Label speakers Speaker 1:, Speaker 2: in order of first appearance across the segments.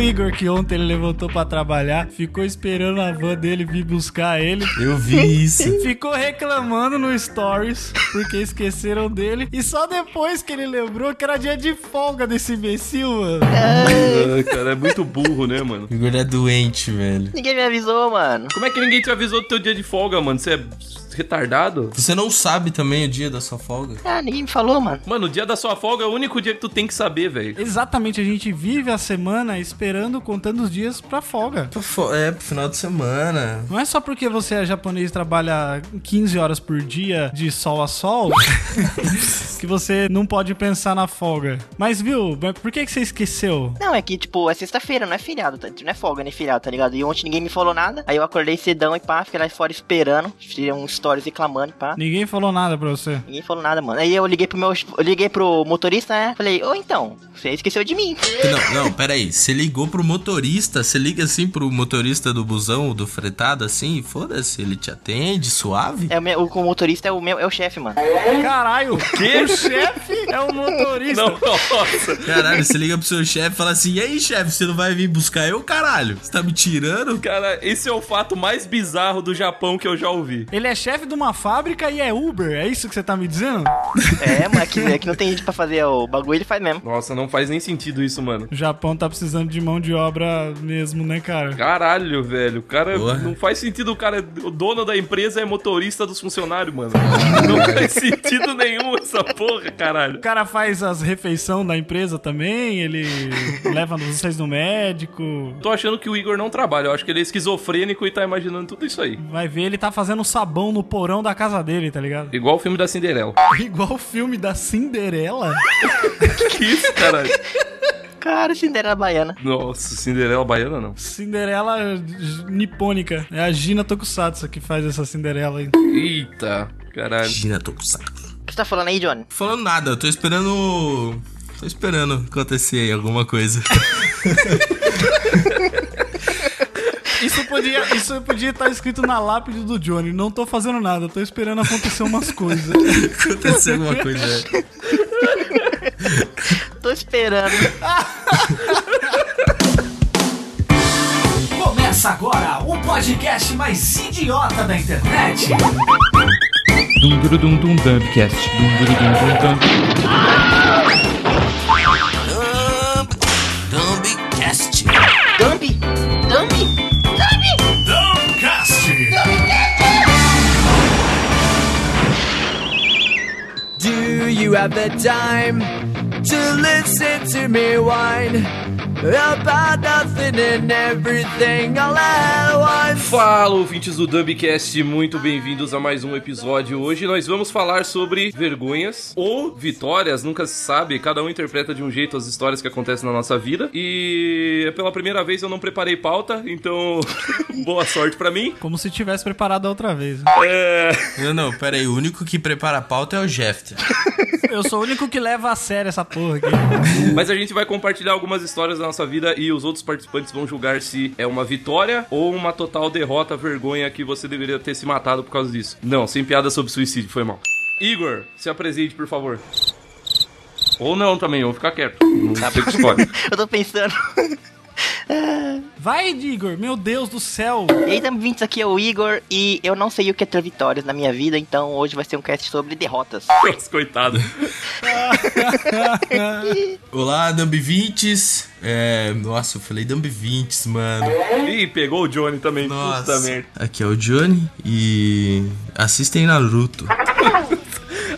Speaker 1: Igor que ontem ele levantou pra trabalhar, ficou esperando a van dele vir buscar ele.
Speaker 2: Eu vi isso.
Speaker 1: Ficou reclamando no Stories porque esqueceram dele. E só depois que ele lembrou que era dia de folga desse imbecil, mano.
Speaker 3: Ah, cara, é muito burro, né, mano?
Speaker 2: O Igor é doente, velho.
Speaker 4: Ninguém me avisou, mano.
Speaker 3: Como é que ninguém te avisou do teu dia de folga, mano? Você é retardado?
Speaker 2: Você não sabe também o dia da sua folga?
Speaker 4: Ah, ninguém me falou, mano.
Speaker 3: Mano, o dia da sua folga é o único dia que tu tem que saber, velho.
Speaker 1: Exatamente, a gente vive a semana esperando, contando os dias pra folga.
Speaker 2: Pro fo- É, pro final de semana.
Speaker 1: Não é só porque você é japonês e trabalha 15 horas por dia, de sol a sol, que você não pode pensar na folga. Mas viu, mas por que, que você esqueceu?
Speaker 4: Não, é que, tipo, é sexta-feira, não é feriado, tá? não é folga, nem feriado, tá ligado? E ontem ninguém me falou nada. Aí eu acordei cedão e pá, fiquei lá fora esperando. Tirei um stories reclamando e pá.
Speaker 1: Ninguém falou nada pra você.
Speaker 4: Ninguém falou nada, mano. Aí eu liguei pro meu. Eu liguei pro motorista, né? Falei, ô então, você esqueceu de mim.
Speaker 2: Não, não, peraí. Você ligou pro motorista? Você liga assim pro motorista do busão, do fretado, assim? Foda-se, ele te atende, suave?
Speaker 4: É o, meu, o motorista é o meu, é o chefe, mano.
Speaker 1: Caralho, o,
Speaker 3: quê?
Speaker 1: chefe é o motorista.
Speaker 3: Não, nossa.
Speaker 2: Caralho, você liga pro seu chefe e fala assim: E aí, chefe, você não vai vir buscar eu, caralho? Você tá me tirando?
Speaker 3: Cara, esse é o fato mais bizarro do Japão que eu já ouvi.
Speaker 1: Ele é chefe de uma fábrica e é Uber, é isso que você tá me dizendo?
Speaker 4: É, mano, é que, é que não tem gente pra fazer o bagulho, ele faz mesmo.
Speaker 3: Nossa, não faz nem sentido isso, mano.
Speaker 1: O Japão tá precisando de mão de obra mesmo, né, cara?
Speaker 3: Caralho, velho. O cara
Speaker 2: Porra.
Speaker 3: não faz sentido o cara, o dono da empresa é motorista dos funcionários, mano. Não faz sentido nenhum essa porra, caralho.
Speaker 1: O cara faz as refeições da empresa também, ele leva vocês no médico.
Speaker 3: Tô achando que o Igor não trabalha. Eu acho que ele é esquizofrênico e tá imaginando tudo isso aí.
Speaker 1: Vai ver, ele tá fazendo sabão no porão da casa dele, tá ligado?
Speaker 3: Igual o filme da Cinderela.
Speaker 1: Igual o filme da Cinderela.
Speaker 3: que isso, caralho?
Speaker 4: Cara, Cinderela Baiana.
Speaker 3: Nossa, Cinderela baiana não.
Speaker 1: Cinderela j- nipônica. É a Gina Tokusatsu que faz essa Cinderela aí.
Speaker 3: Eita, caralho.
Speaker 2: Gira, tô com saco.
Speaker 4: O que você tá falando aí, Johnny?
Speaker 2: Tô falando nada, eu tô esperando. Tô esperando acontecer aí alguma coisa.
Speaker 1: Isso podia isso podia estar escrito na lápide do Johnny. Não tô fazendo nada, tô esperando acontecer umas coisas.
Speaker 2: acontecer alguma coisa. né?
Speaker 4: Tô esperando.
Speaker 5: Começa agora o podcast mais idiota da internet.
Speaker 2: Dumbcast.
Speaker 4: Dumbi! Dumbi!
Speaker 5: Dumbcast.
Speaker 6: Do you have the time to listen to me whine about nothing and everything all at once?
Speaker 3: Fala, ouvintes do Dubcast, muito bem-vindos a mais um episódio. Hoje nós vamos falar sobre vergonhas ou vitórias, nunca se sabe, cada um interpreta de um jeito as histórias que acontecem na nossa vida. E pela primeira vez eu não preparei pauta, então boa sorte pra mim.
Speaker 1: Como se tivesse preparado a outra vez.
Speaker 3: É,
Speaker 2: Não, não, pera aí. O único que prepara a pauta é o Jeffter.
Speaker 1: Eu sou o único que leva a sério essa porra aqui.
Speaker 3: Mas a gente vai compartilhar algumas histórias da nossa vida e os outros participantes vão julgar se é uma vitória ou uma total derrota, vergonha que você deveria ter se matado por causa disso. Não, sem piada sobre suicídio, foi mal. Igor, se apresente, por favor. Ou não também, ou ficar quieto. Não sei o que escolhe.
Speaker 4: Eu tô pensando.
Speaker 1: Vai, Igor, meu Deus do céu.
Speaker 4: Eita, ouvintes, aqui é o Igor e eu não sei o que é ter vitórias na minha vida, então hoje vai ser um cast sobre derrotas.
Speaker 3: Nossa, coitado.
Speaker 2: Olá, Dumb20s. É, nossa, eu falei Dumb20s, mano.
Speaker 3: Ih, pegou o Johnny também. Puta
Speaker 2: Nossa.
Speaker 3: merda.
Speaker 2: Aqui é o Johnny e assistem Naruto.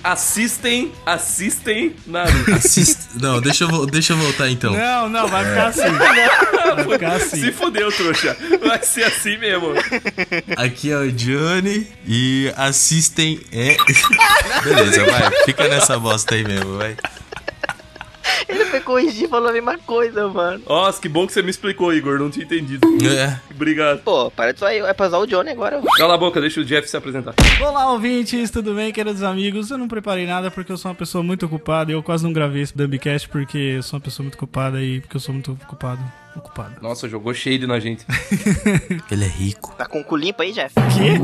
Speaker 3: Assistem, assistem Naruto.
Speaker 2: Assist... Não, deixa eu, vo- deixa eu voltar então.
Speaker 1: Não, não, vai ficar assim. Vai ficar assim.
Speaker 3: Se fudeu, trouxa. Vai ser assim mesmo.
Speaker 2: Aqui é o Johnny e assistem. É... Beleza, vai. Fica nessa bosta aí mesmo, vai.
Speaker 4: Ele foi corrigir e falou a mesma coisa, mano.
Speaker 3: Nossa, que bom que você me explicou, Igor. Não tinha entendido.
Speaker 2: É.
Speaker 3: Obrigado.
Speaker 4: Pô, para de só é pra usar o Johnny agora.
Speaker 3: Cala a boca, deixa o Jeff se apresentar.
Speaker 1: Olá, ouvintes, tudo bem, queridos amigos? Eu não preparei nada porque eu sou uma pessoa muito ocupada. e Eu quase não gravei esse Dumbcast porque eu sou uma pessoa muito ocupada e porque eu sou muito ocupado. ocupado.
Speaker 3: Nossa, jogou shade na gente.
Speaker 2: Ele é rico.
Speaker 4: Tá com o cu limpo aí, Jeff?
Speaker 1: Quê?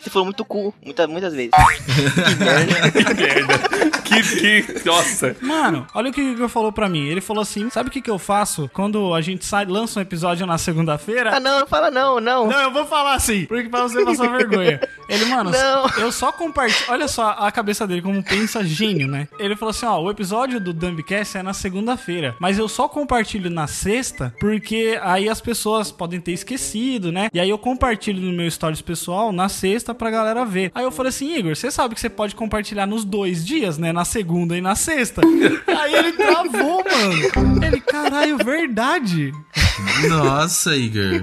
Speaker 4: Você falou muito cu, muitas, muitas vezes.
Speaker 3: que, que, nossa.
Speaker 1: Mano, olha o que o Igor falou pra mim. Ele falou assim: sabe o que, que eu faço quando a gente sai, lança um episódio na segunda-feira?
Speaker 4: ah, não, não fala não, não.
Speaker 1: Não, eu vou falar assim, porque pra você passar vergonha. Ele, mano,
Speaker 4: Não.
Speaker 1: eu só compartilho. Olha só a cabeça dele, como pensa gênio, né? Ele falou assim: ó, o episódio do Dumbcast é na segunda-feira, mas eu só compartilho na sexta, porque aí as pessoas podem ter esquecido, né? E aí eu compartilho no meu stories pessoal na sexta pra galera ver. Aí eu falei assim, Igor, você sabe que você pode compartilhar nos dois dias, né? Na segunda e na sexta. aí ele travou, mano. Ele, caralho, é verdade.
Speaker 2: Nossa, Igor.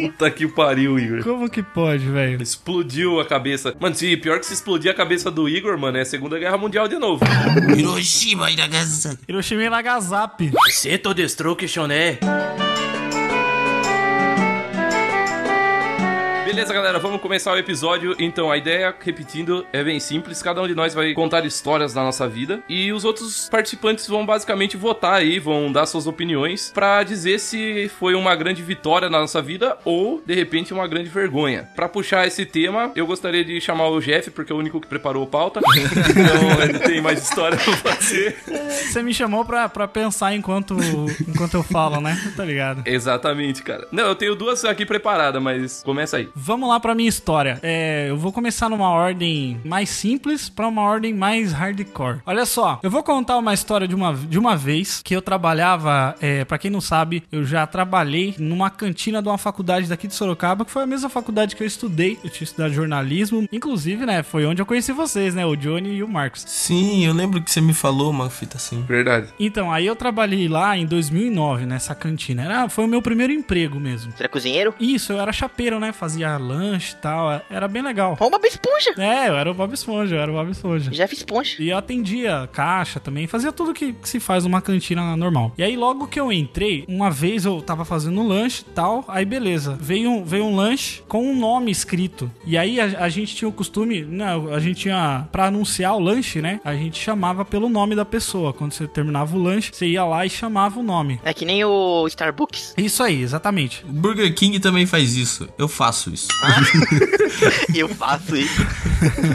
Speaker 3: Puta que pariu, Igor.
Speaker 1: Como que pode, velho?
Speaker 3: Explodiu a cabeça. Mano, se pior que se explodir a cabeça do Igor, mano, é a Segunda Guerra Mundial de novo.
Speaker 2: Hiroshima e Nagasaki.
Speaker 1: Hiroshima e Nagasaki.
Speaker 3: Seto Destruction, né? Beleza, galera, vamos começar o episódio. Então, a ideia, repetindo, é bem simples. Cada um de nós vai contar histórias da nossa vida e os outros participantes vão basicamente votar aí, vão dar suas opiniões pra dizer se foi uma grande vitória na nossa vida ou, de repente, uma grande vergonha. Pra puxar esse tema, eu gostaria de chamar o Jeff, porque é o único que preparou a pauta. então, ele tem mais história pra fazer.
Speaker 1: Você me chamou pra, pra pensar enquanto, enquanto eu falo, né? Tá ligado?
Speaker 3: Exatamente, cara. Não, eu tenho duas aqui preparadas, mas começa aí.
Speaker 1: Vamos lá pra minha história. É, eu vou começar numa ordem mais simples pra uma ordem mais hardcore. Olha só, eu vou contar uma história de uma, de uma vez que eu trabalhava, é, para quem não sabe, eu já trabalhei numa cantina de uma faculdade daqui de Sorocaba, que foi a mesma faculdade que eu estudei. Eu tinha estudado jornalismo, inclusive, né? Foi onde eu conheci vocês, né? O Johnny e o Marcos.
Speaker 2: Sim, eu lembro que você me falou uma fita assim.
Speaker 3: Verdade.
Speaker 1: Então, aí eu trabalhei lá em 2009 nessa cantina. Era, foi o meu primeiro emprego mesmo.
Speaker 4: Você é cozinheiro?
Speaker 1: Isso, eu era chapeiro, né? Fazia lanche e tal. Era bem legal.
Speaker 4: Rouba uma esponja.
Speaker 1: É, eu era o Bob Esponja, eu era o Bob Esponja.
Speaker 4: Jeff Esponja.
Speaker 1: E eu atendia caixa também, fazia tudo que, que se faz numa cantina normal. E aí, logo que eu entrei, uma vez eu tava fazendo um lanche e tal, aí beleza. Veio, um- veio um lanche com um nome escrito. E aí a, a gente tinha o costume, não, a gente tinha, pra anunciar o lanche, né? A gente chamava pelo nome da pessoa. Quando você terminava o lanche, você ia lá e chamava o nome.
Speaker 4: É que nem o Starbucks.
Speaker 1: Isso aí, exatamente.
Speaker 2: O Burger King também faz isso. Eu faço isso.
Speaker 4: Eu faço isso.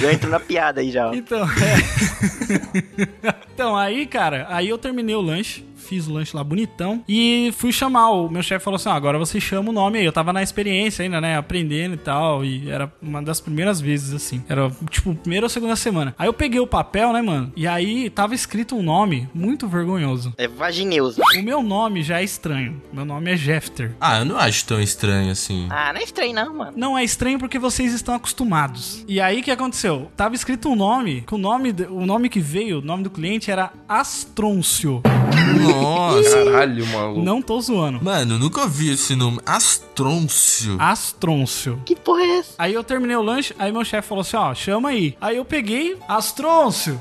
Speaker 4: Já entro na piada aí já. ó.
Speaker 1: Então, é. então, aí, cara, aí eu terminei o lanche. Fiz o lanche lá bonitão. E fui chamar. O meu chefe falou assim: ah, agora você chama o nome aí. Eu tava na experiência ainda, né? Aprendendo e tal. E era uma das primeiras vezes, assim. Era tipo, primeira ou segunda semana. Aí eu peguei o papel, né, mano? E aí tava escrito um nome muito vergonhoso.
Speaker 4: É vagineuso.
Speaker 1: O meu nome já é estranho. Meu nome é Jefter.
Speaker 2: Ah, eu não acho tão estranho assim.
Speaker 4: Ah, não é estranho não, mano.
Speaker 1: Não é estranho porque vocês estão acostumados. E aí o que aconteceu? Tava escrito um nome, que o nome, de- o nome que veio, o nome do cliente era Astrôncio.
Speaker 2: Nossa.
Speaker 3: Caralho, maluco.
Speaker 1: Não tô zoando.
Speaker 2: Mano, eu nunca ouvi esse nome. Astrôncio.
Speaker 1: Astrôncio.
Speaker 4: Que porra é essa?
Speaker 1: Aí eu terminei o lanche, aí meu chefe falou assim, ó, chama aí. Aí eu peguei Astrôncio.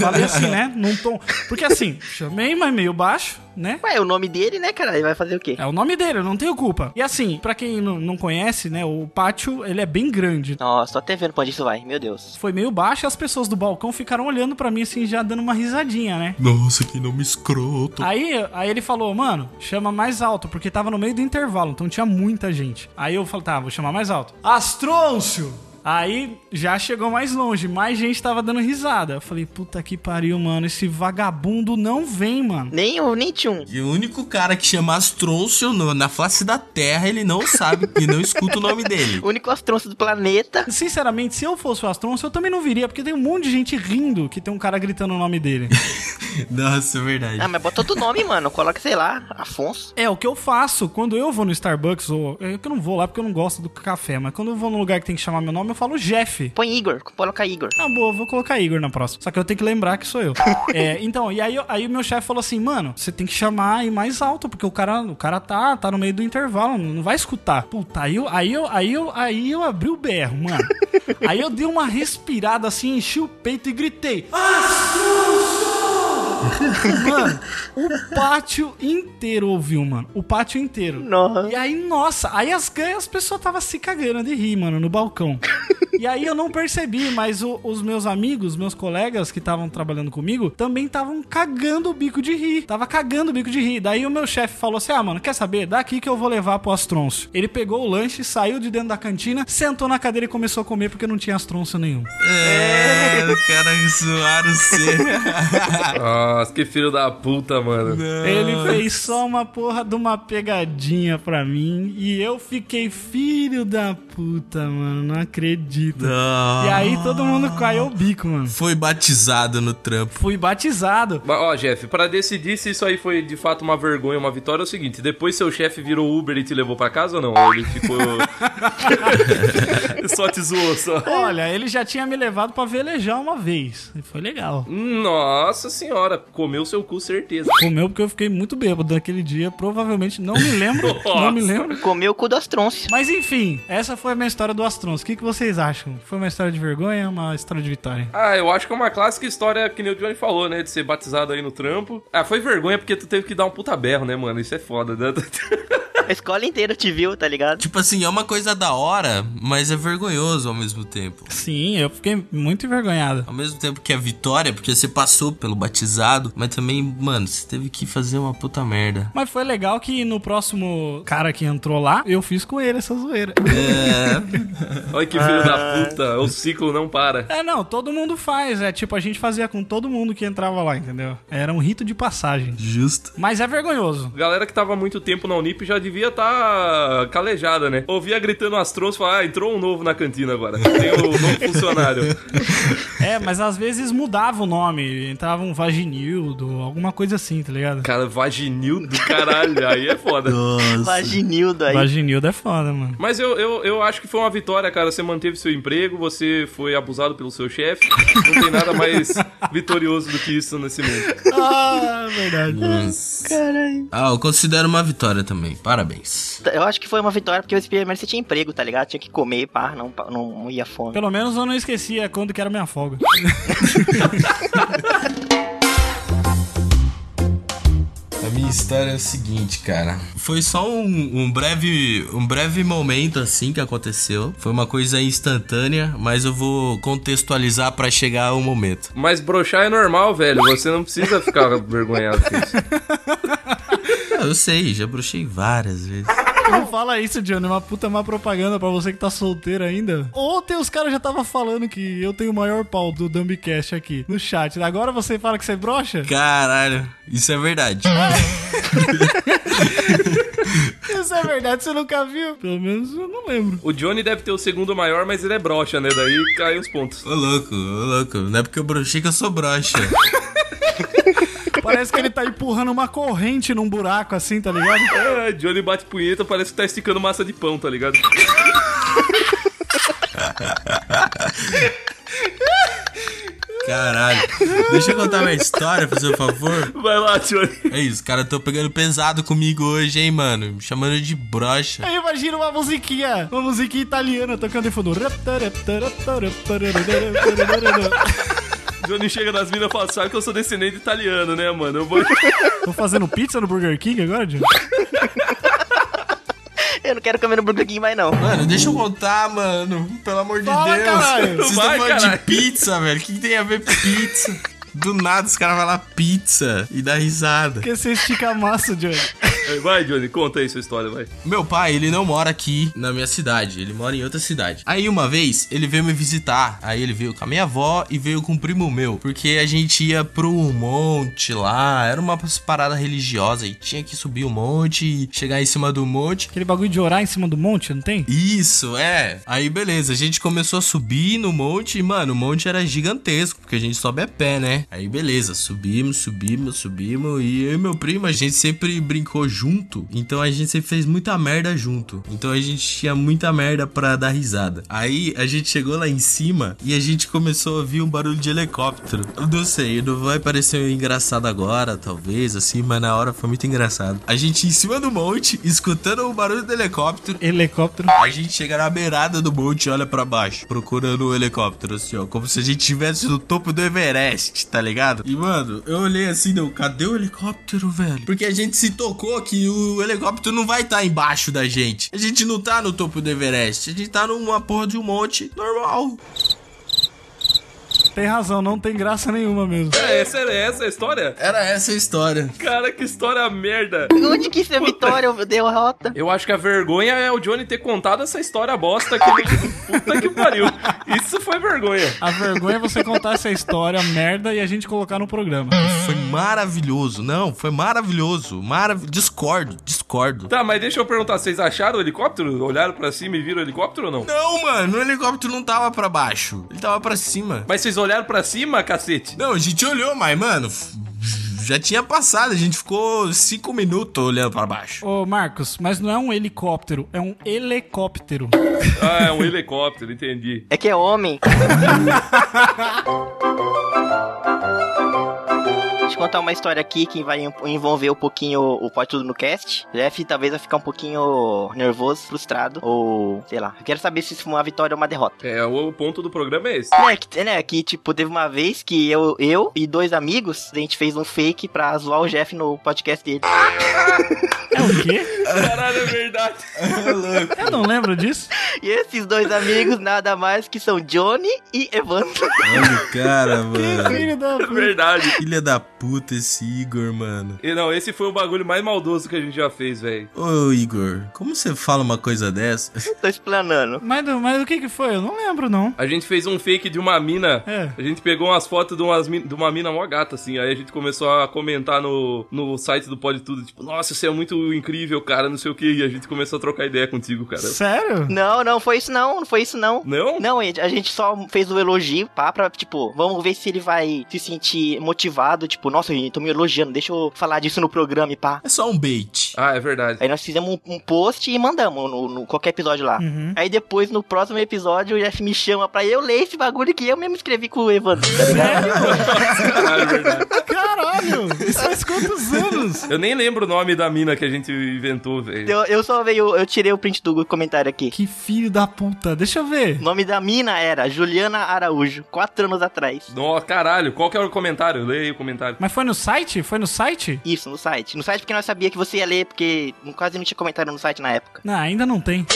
Speaker 1: Falei assim, né, num tom... Porque assim, chamei, mas meio baixo, né?
Speaker 4: Ué, é o nome dele, né, cara? Ele vai fazer o quê?
Speaker 1: É o nome dele, eu não tenho culpa. E assim, pra quem não não conhece, né, o pátio, ele é bem grande.
Speaker 4: Nossa, tô até vendo pra onde isso vai. Meu Deus.
Speaker 1: Foi meio baixo e as pessoas do balcão ficaram olhando pra mim assim, já dando uma risadinha, né?
Speaker 2: Nossa, que nome escroto.
Speaker 1: Aí, aí ele falou, mano, chama mais alto, porque tava no meio do intervalo, então tinha muita gente. Aí eu falei, tá, vou chamar mais alto. Astrôncio! Aí já chegou mais longe, mais gente tava dando risada. Eu falei, puta que pariu, mano, esse vagabundo não vem, mano.
Speaker 4: Nem o nem tchum.
Speaker 2: E o único cara que chama Astrôncio no- na face da Terra, ele não sabe e não escuta o nome dele.
Speaker 4: O único astronço do planeta.
Speaker 1: Sinceramente, se eu fosse o Astrôncio, eu também não viria, porque tem um monte de gente rindo que tem um cara gritando o nome dele.
Speaker 2: Nossa, é verdade.
Speaker 4: Ah, mas bota outro nome, mano. Coloca, sei lá, Afonso.
Speaker 1: É, o que eu faço quando eu vou no Starbucks, ou é que eu não vou lá porque eu não gosto do café, mas quando eu vou num lugar que tem que chamar meu nome, eu falo Jeff.
Speaker 4: Põe Igor. Coloca Igor.
Speaker 1: Ah, boa, vou colocar Igor na próxima. Só que eu tenho que lembrar que sou eu. É, então, e aí, eu- aí o meu chefe falou assim, mano, você tem que chamar aí mais alto, porque o cara, o cara tá, tá no meio do intervalo, não vai escutar. Puta, aí eu, aí eu, aí eu, aí eu abri o berro, mano. aí eu dei uma respirada assim, enchi o peito e gritei. Mano, o pátio inteiro ouviu, mano. O pátio inteiro.
Speaker 4: Nossa.
Speaker 1: E aí, nossa, aí as, as pessoas tava se cagando de rir, mano, no balcão. E aí eu não percebi, mas o- os meus amigos, meus colegas que estavam trabalhando comigo, também estavam cagando o bico de rir. Tava cagando o bico de rir. Daí o meu chefe falou assim: Ah, mano, quer saber? Daqui que eu vou levar pro astroncio. Ele pegou o lanche, saiu de dentro da cantina, sentou na cadeira e começou a comer porque não tinha astroncio nenhum.
Speaker 2: É, o cara zoaram você.
Speaker 3: Nossa, que filho da puta, mano.
Speaker 1: Ele fez só uma porra de uma pegadinha pra mim e eu fiquei filho da puta, mano. Não acredito.
Speaker 2: Não.
Speaker 1: E aí todo mundo caiu o bico, mano.
Speaker 2: Foi batizado no trampo.
Speaker 1: Fui batizado.
Speaker 3: Mas, ó, Jeff, pra decidir se isso aí foi de fato uma vergonha ou uma vitória, é o seguinte: depois seu chefe virou Uber e te levou pra casa ou não? Ou ele ficou. só te zoou, só.
Speaker 1: Olha, ele já tinha me levado pra velejar uma vez. E foi legal.
Speaker 3: Nossa senhora, comeu seu cu, certeza.
Speaker 1: Comeu porque eu fiquei muito bêbado naquele dia. Provavelmente não me lembro. não me lembro.
Speaker 4: Comeu o cu do Astroncio.
Speaker 1: Mas enfim, essa foi a minha história do Astrons. O que, que vocês acham? Foi uma história de vergonha ou uma história de vitória?
Speaker 3: Ah, eu acho que é uma clássica história que nem o Johnny falou, né? De ser batizado aí no trampo. Ah, foi vergonha porque tu teve que dar um puta berro, né, mano? Isso é foda, né?
Speaker 4: A escola inteira te viu, tá ligado?
Speaker 2: Tipo assim, é uma coisa da hora, mas é vergonhoso ao mesmo tempo.
Speaker 1: Sim, eu fiquei muito envergonhado.
Speaker 2: Ao mesmo tempo que a vitória, porque você passou pelo batizado, mas também, mano, você teve que fazer uma puta merda.
Speaker 1: Mas foi legal que no próximo cara que entrou lá, eu fiz com ele essa zoeira.
Speaker 2: É.
Speaker 3: Olha que filho da puta, o ciclo não para.
Speaker 1: É, não, todo mundo faz. É tipo, a gente fazia com todo mundo que entrava lá, entendeu? Era um rito de passagem.
Speaker 2: Justo.
Speaker 1: Mas é vergonhoso.
Speaker 3: Galera que tava há muito tempo na Unip já devia tá calejada, né? Ouvia gritando as trons, falava, ah, entrou um novo na cantina agora. Tem um novo funcionário.
Speaker 1: É, mas às vezes mudava o nome. Entrava um vaginildo, alguma coisa assim, tá ligado?
Speaker 3: Cara, vaginil do caralho, aí é foda.
Speaker 4: Vaginildo aí.
Speaker 1: Vaginildo é foda, mano.
Speaker 3: Mas eu, eu, eu acho que foi uma vitória, cara. Você manteve seu emprego, você foi abusado pelo seu chefe. Não tem nada mais vitorioso do que isso nesse mundo.
Speaker 1: Ah, verdade.
Speaker 2: Ah, eu considero uma vitória também. Parabéns.
Speaker 4: Eu acho que foi uma vitória porque pelo menos você tinha emprego, tá ligado? Tinha que comer, pá, não, não ia fome.
Speaker 1: Pelo menos eu não esquecia quando que era minha folga.
Speaker 2: A minha história é o seguinte, cara. Foi só um, um breve um breve momento assim que aconteceu. Foi uma coisa instantânea, mas eu vou contextualizar pra chegar ao momento.
Speaker 3: Mas broxar é normal, velho. Você não precisa ficar vergonhado com isso.
Speaker 2: Ah, eu sei, já bruxei várias vezes.
Speaker 1: Não fala isso, Johnny. é Uma puta má propaganda pra você que tá solteiro ainda. Ontem os caras já tava falando que eu tenho o maior pau do Dumbcast aqui no chat. Agora você fala que você é brocha?
Speaker 2: Caralho, isso é verdade.
Speaker 1: Isso é verdade, você nunca viu? Pelo menos eu não lembro.
Speaker 3: O Johnny deve ter o segundo maior, mas ele é broxa, né? Daí caiu os pontos.
Speaker 2: Ô louco, ô louco. Não é porque eu brochei que eu sou broxa.
Speaker 1: Parece que ele tá empurrando uma corrente num buraco assim, tá ligado?
Speaker 3: Ah, Johnny bate punheta, parece que tá esticando massa de pão, tá ligado?
Speaker 2: Caralho. Deixa eu contar uma história, por seu favor.
Speaker 3: Vai lá, Johnny.
Speaker 2: É isso, cara, tô pegando pesado comigo hoje, hein, mano. Me chamando de brocha.
Speaker 1: Aí imagina uma musiquinha, uma musiquinha italiana tocando de fundo.
Speaker 3: Johnny chega nas minas e fala, sabe que eu sou descendente italiano, né, mano? Eu vou...
Speaker 1: Tô fazendo pizza no Burger King agora, Johnny?
Speaker 4: Eu não quero comer no Burger King mais não.
Speaker 2: Mano, deixa eu contar, mano. Pelo amor de
Speaker 1: Fala,
Speaker 2: Deus.
Speaker 1: caralho.
Speaker 2: Vocês
Speaker 3: Vai,
Speaker 2: estão falando
Speaker 3: caralho.
Speaker 2: de pizza, velho. O que que tem a ver pizza? Do nada os caras falam pizza e dá risada.
Speaker 1: Porque você estica a é massa, Johnny.
Speaker 3: É, Vai, Johnny, conta aí sua história, vai.
Speaker 2: Meu pai, ele não mora aqui na minha cidade, ele mora em outra cidade. Aí uma vez ele veio me visitar, aí ele veio com a minha avó e veio com um primo meu, porque a gente ia pro monte lá, era uma parada religiosa e tinha que subir o monte, chegar em cima do monte.
Speaker 1: Aquele bagulho de orar em cima do monte, não tem?
Speaker 2: Isso, é. Aí beleza, a gente começou a subir no monte e, mano, o monte era gigantesco, porque a gente sobe a pé, né? Aí beleza, subimos, subimos, subimos e eu e meu primo, a gente sempre brincou junto, então a gente sempre fez muita merda junto. Então a gente tinha muita merda pra dar risada. Aí a gente chegou lá em cima e a gente começou a ouvir um barulho de helicóptero. Eu Não sei, não vai parecer engraçado agora, talvez, assim, mas na hora foi muito engraçado. A gente em cima do monte, escutando o barulho do helicóptero.
Speaker 1: Helicóptero.
Speaker 2: A gente chega na beirada do monte e olha pra baixo, procurando o helicóptero, assim, ó. Como se a gente estivesse no topo do Everest, tá ligado? E, mano, eu olhei assim, deu, cadê o helicóptero, velho? Porque a gente se tocou que o helicóptero não vai estar embaixo da gente. A gente não tá no topo do Everest, a gente tá numa porra de um monte normal.
Speaker 1: Tem razão, não tem graça nenhuma mesmo.
Speaker 3: É, essa, é essa a história?
Speaker 2: Era essa a história.
Speaker 3: Cara, que história merda.
Speaker 4: Onde que isso é vitória ou derrota?
Speaker 3: Eu acho que a vergonha é o Johnny ter contado essa história bosta que ele... Puta que pariu. Isso foi vergonha.
Speaker 1: A vergonha é você contar essa história merda e a gente colocar no programa.
Speaker 2: Foi maravilhoso, não, foi maravilhoso. Marav discordo, discordo.
Speaker 3: Tá, mas deixa eu perguntar, vocês acharam o helicóptero? Olharam pra cima e viram o helicóptero ou não?
Speaker 2: Não, mano, o helicóptero não tava pra baixo, ele tava pra cima.
Speaker 3: Mas vocês olharam pra cima, cacete?
Speaker 2: Não, a gente olhou, mas, mano, f- já tinha passado, a gente ficou cinco minutos olhando pra baixo.
Speaker 1: Ô, Marcos, mas não é um helicóptero, é um helicóptero.
Speaker 3: Ah, é um helicóptero, entendi.
Speaker 4: É que é homem. Deixa eu contar uma história aqui que vai em- envolver um pouquinho o Pode Tudo no Cast. Jeff talvez vai ficar um pouquinho nervoso, frustrado, ou sei lá. Eu quero saber se isso foi uma vitória ou uma derrota.
Speaker 3: É, o ponto do programa é esse.
Speaker 4: Né, que, né, que tipo, teve uma vez que eu, eu e dois amigos, a gente fez um fake pra zoar o Jeff no podcast dele.
Speaker 1: É o quê?
Speaker 3: Caralho, é verdade.
Speaker 1: Eu não lembro disso.
Speaker 4: E esses dois amigos nada mais que são Johnny e Evandro.
Speaker 2: Olha o cara, mano.
Speaker 1: Filho da
Speaker 3: É verdade.
Speaker 2: Filha da puta esse Igor, mano.
Speaker 3: E não, esse foi o bagulho mais maldoso que a gente já fez, velho.
Speaker 2: Ô, Igor, como você fala uma coisa dessa?
Speaker 4: Tô explanando.
Speaker 1: Mas, do- mas o que que foi? Eu não lembro, não.
Speaker 3: A gente fez um fake de uma mina.
Speaker 1: É.
Speaker 3: A gente pegou umas fotos de, umas min- de uma mina mó gata, assim. Aí a gente começou a comentar no, no site do Pode Tudo, tipo, nossa, você é muito incrível, cara, não sei o que. E a gente começou a trocar ideia contigo, cara.
Speaker 1: Sério?
Speaker 4: Não, não foi isso não, não foi isso não.
Speaker 3: Não?
Speaker 4: Não, a gente só fez o elogio, pá, pra, tipo, vamos ver se ele vai se sentir motivado, tipo, nossa, gente, tô me elogiando, deixa eu falar disso no programa e pá.
Speaker 2: É só um bait.
Speaker 3: Ah, é verdade.
Speaker 4: Aí nós fizemos um, um post e mandamos no, no qualquer episódio lá.
Speaker 1: Uhum.
Speaker 4: Aí depois, no próximo episódio, o Jeff me chama pra eu ler esse bagulho que eu mesmo escrevi com o Evandro. tá ligado?
Speaker 3: Caralho, é verdade.
Speaker 1: Caralho! Isso faz quantos anos?
Speaker 3: Eu nem lembro o nome da mina que a gente inventou, velho.
Speaker 4: eu, eu só veio, eu tirei o print do comentário aqui.
Speaker 1: Que filho da puta. Deixa eu ver.
Speaker 4: O nome da mina era Juliana Araújo, quatro anos atrás.
Speaker 3: Nossa, caralho, qual que era o comentário? Leia aí o comentário.
Speaker 1: Mas foi no site? Foi no site?
Speaker 4: Isso, no site. No site porque nós sabia que você ia ler, porque quase não tinha comentário no site na época.
Speaker 1: Não, ainda não tem.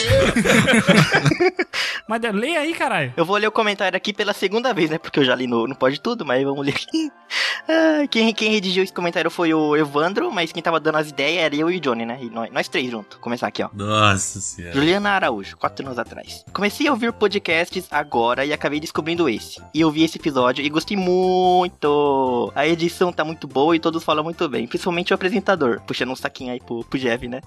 Speaker 1: mas de- leia aí, caralho.
Speaker 4: Eu vou ler o comentário aqui pela segunda vez, né? Porque eu já li no, no Pode Tudo, mas vamos ler aqui. Ah, quem, quem redigiu esse comentário foi o Evandro, mas quem tava dando as ideias era eu e o Johnny, né? E nós, nós três juntos. Começar aqui, ó.
Speaker 2: Nossa senhora.
Speaker 4: Juliana Araújo, quatro anos atrás. Comecei a ouvir podcasts agora e acabei descobrindo esse. E eu vi esse episódio e gostei muito. A edição tá muito boa e todos falam muito bem, principalmente o apresentador. Puxando um saquinho aí pro, pro Jeff, né?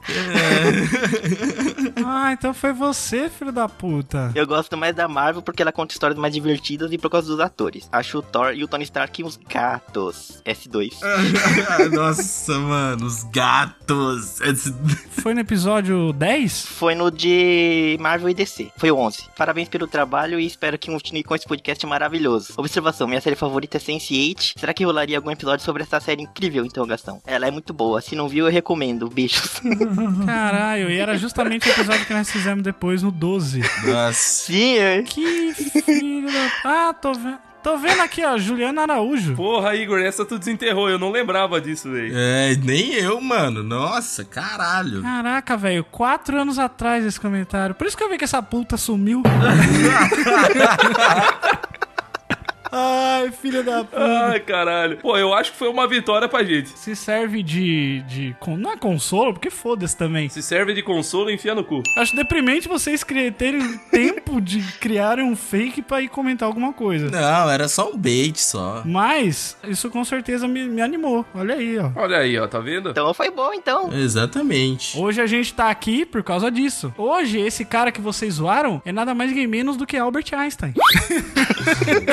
Speaker 1: Ah, então foi você, filho da puta.
Speaker 4: Eu gosto mais da Marvel porque ela conta histórias mais divertidas e por causa dos atores. Acho o Thor e o Tony Stark uns gatos. S2.
Speaker 2: Nossa, mano, os gatos. Esse-
Speaker 1: Foi no episódio 10?
Speaker 4: Foi no de Marvel e DC. Foi o 11. Parabéns pelo trabalho e espero que continue com esse podcast maravilhoso. Observação, minha série favorita é Sense8. Será que rolaria algum episódio sobre essa série incrível? Interrogação. Ela é muito boa. Se não viu, eu recomendo. Beijos.
Speaker 1: Uhum. Caralho, e era justamente o episódio que nós fizemos depois, no 12.
Speaker 2: Nossa.
Speaker 4: Sim, é.
Speaker 1: Que filho da... Ah, tô vendo... Tô vendo aqui, ó, Juliana Araújo.
Speaker 3: Porra, Igor, essa tu desenterrou, eu não lembrava disso, velho.
Speaker 2: É, nem eu, mano. Nossa, caralho.
Speaker 1: Caraca, velho, quatro anos atrás esse comentário. Por isso que eu vi que essa puta sumiu. Ai, filha da puta.
Speaker 3: Ai, caralho. Pô, eu acho que foi uma vitória pra gente.
Speaker 1: Se serve de. de con- não é consolo, porque foda-se também.
Speaker 3: Se serve de consolo, enfia no cu.
Speaker 1: Acho deprimente vocês cri- terem tempo de criarem um fake pra ir comentar alguma coisa.
Speaker 2: Não, era só um bait só.
Speaker 1: Mas, isso com certeza me, me animou. Olha aí, ó.
Speaker 3: Olha aí, ó, tá vendo?
Speaker 4: Então foi bom, então.
Speaker 2: Exatamente.
Speaker 1: Hoje a gente tá aqui por causa disso. Hoje, esse cara que vocês zoaram é nada mais nem menos do que Albert Einstein.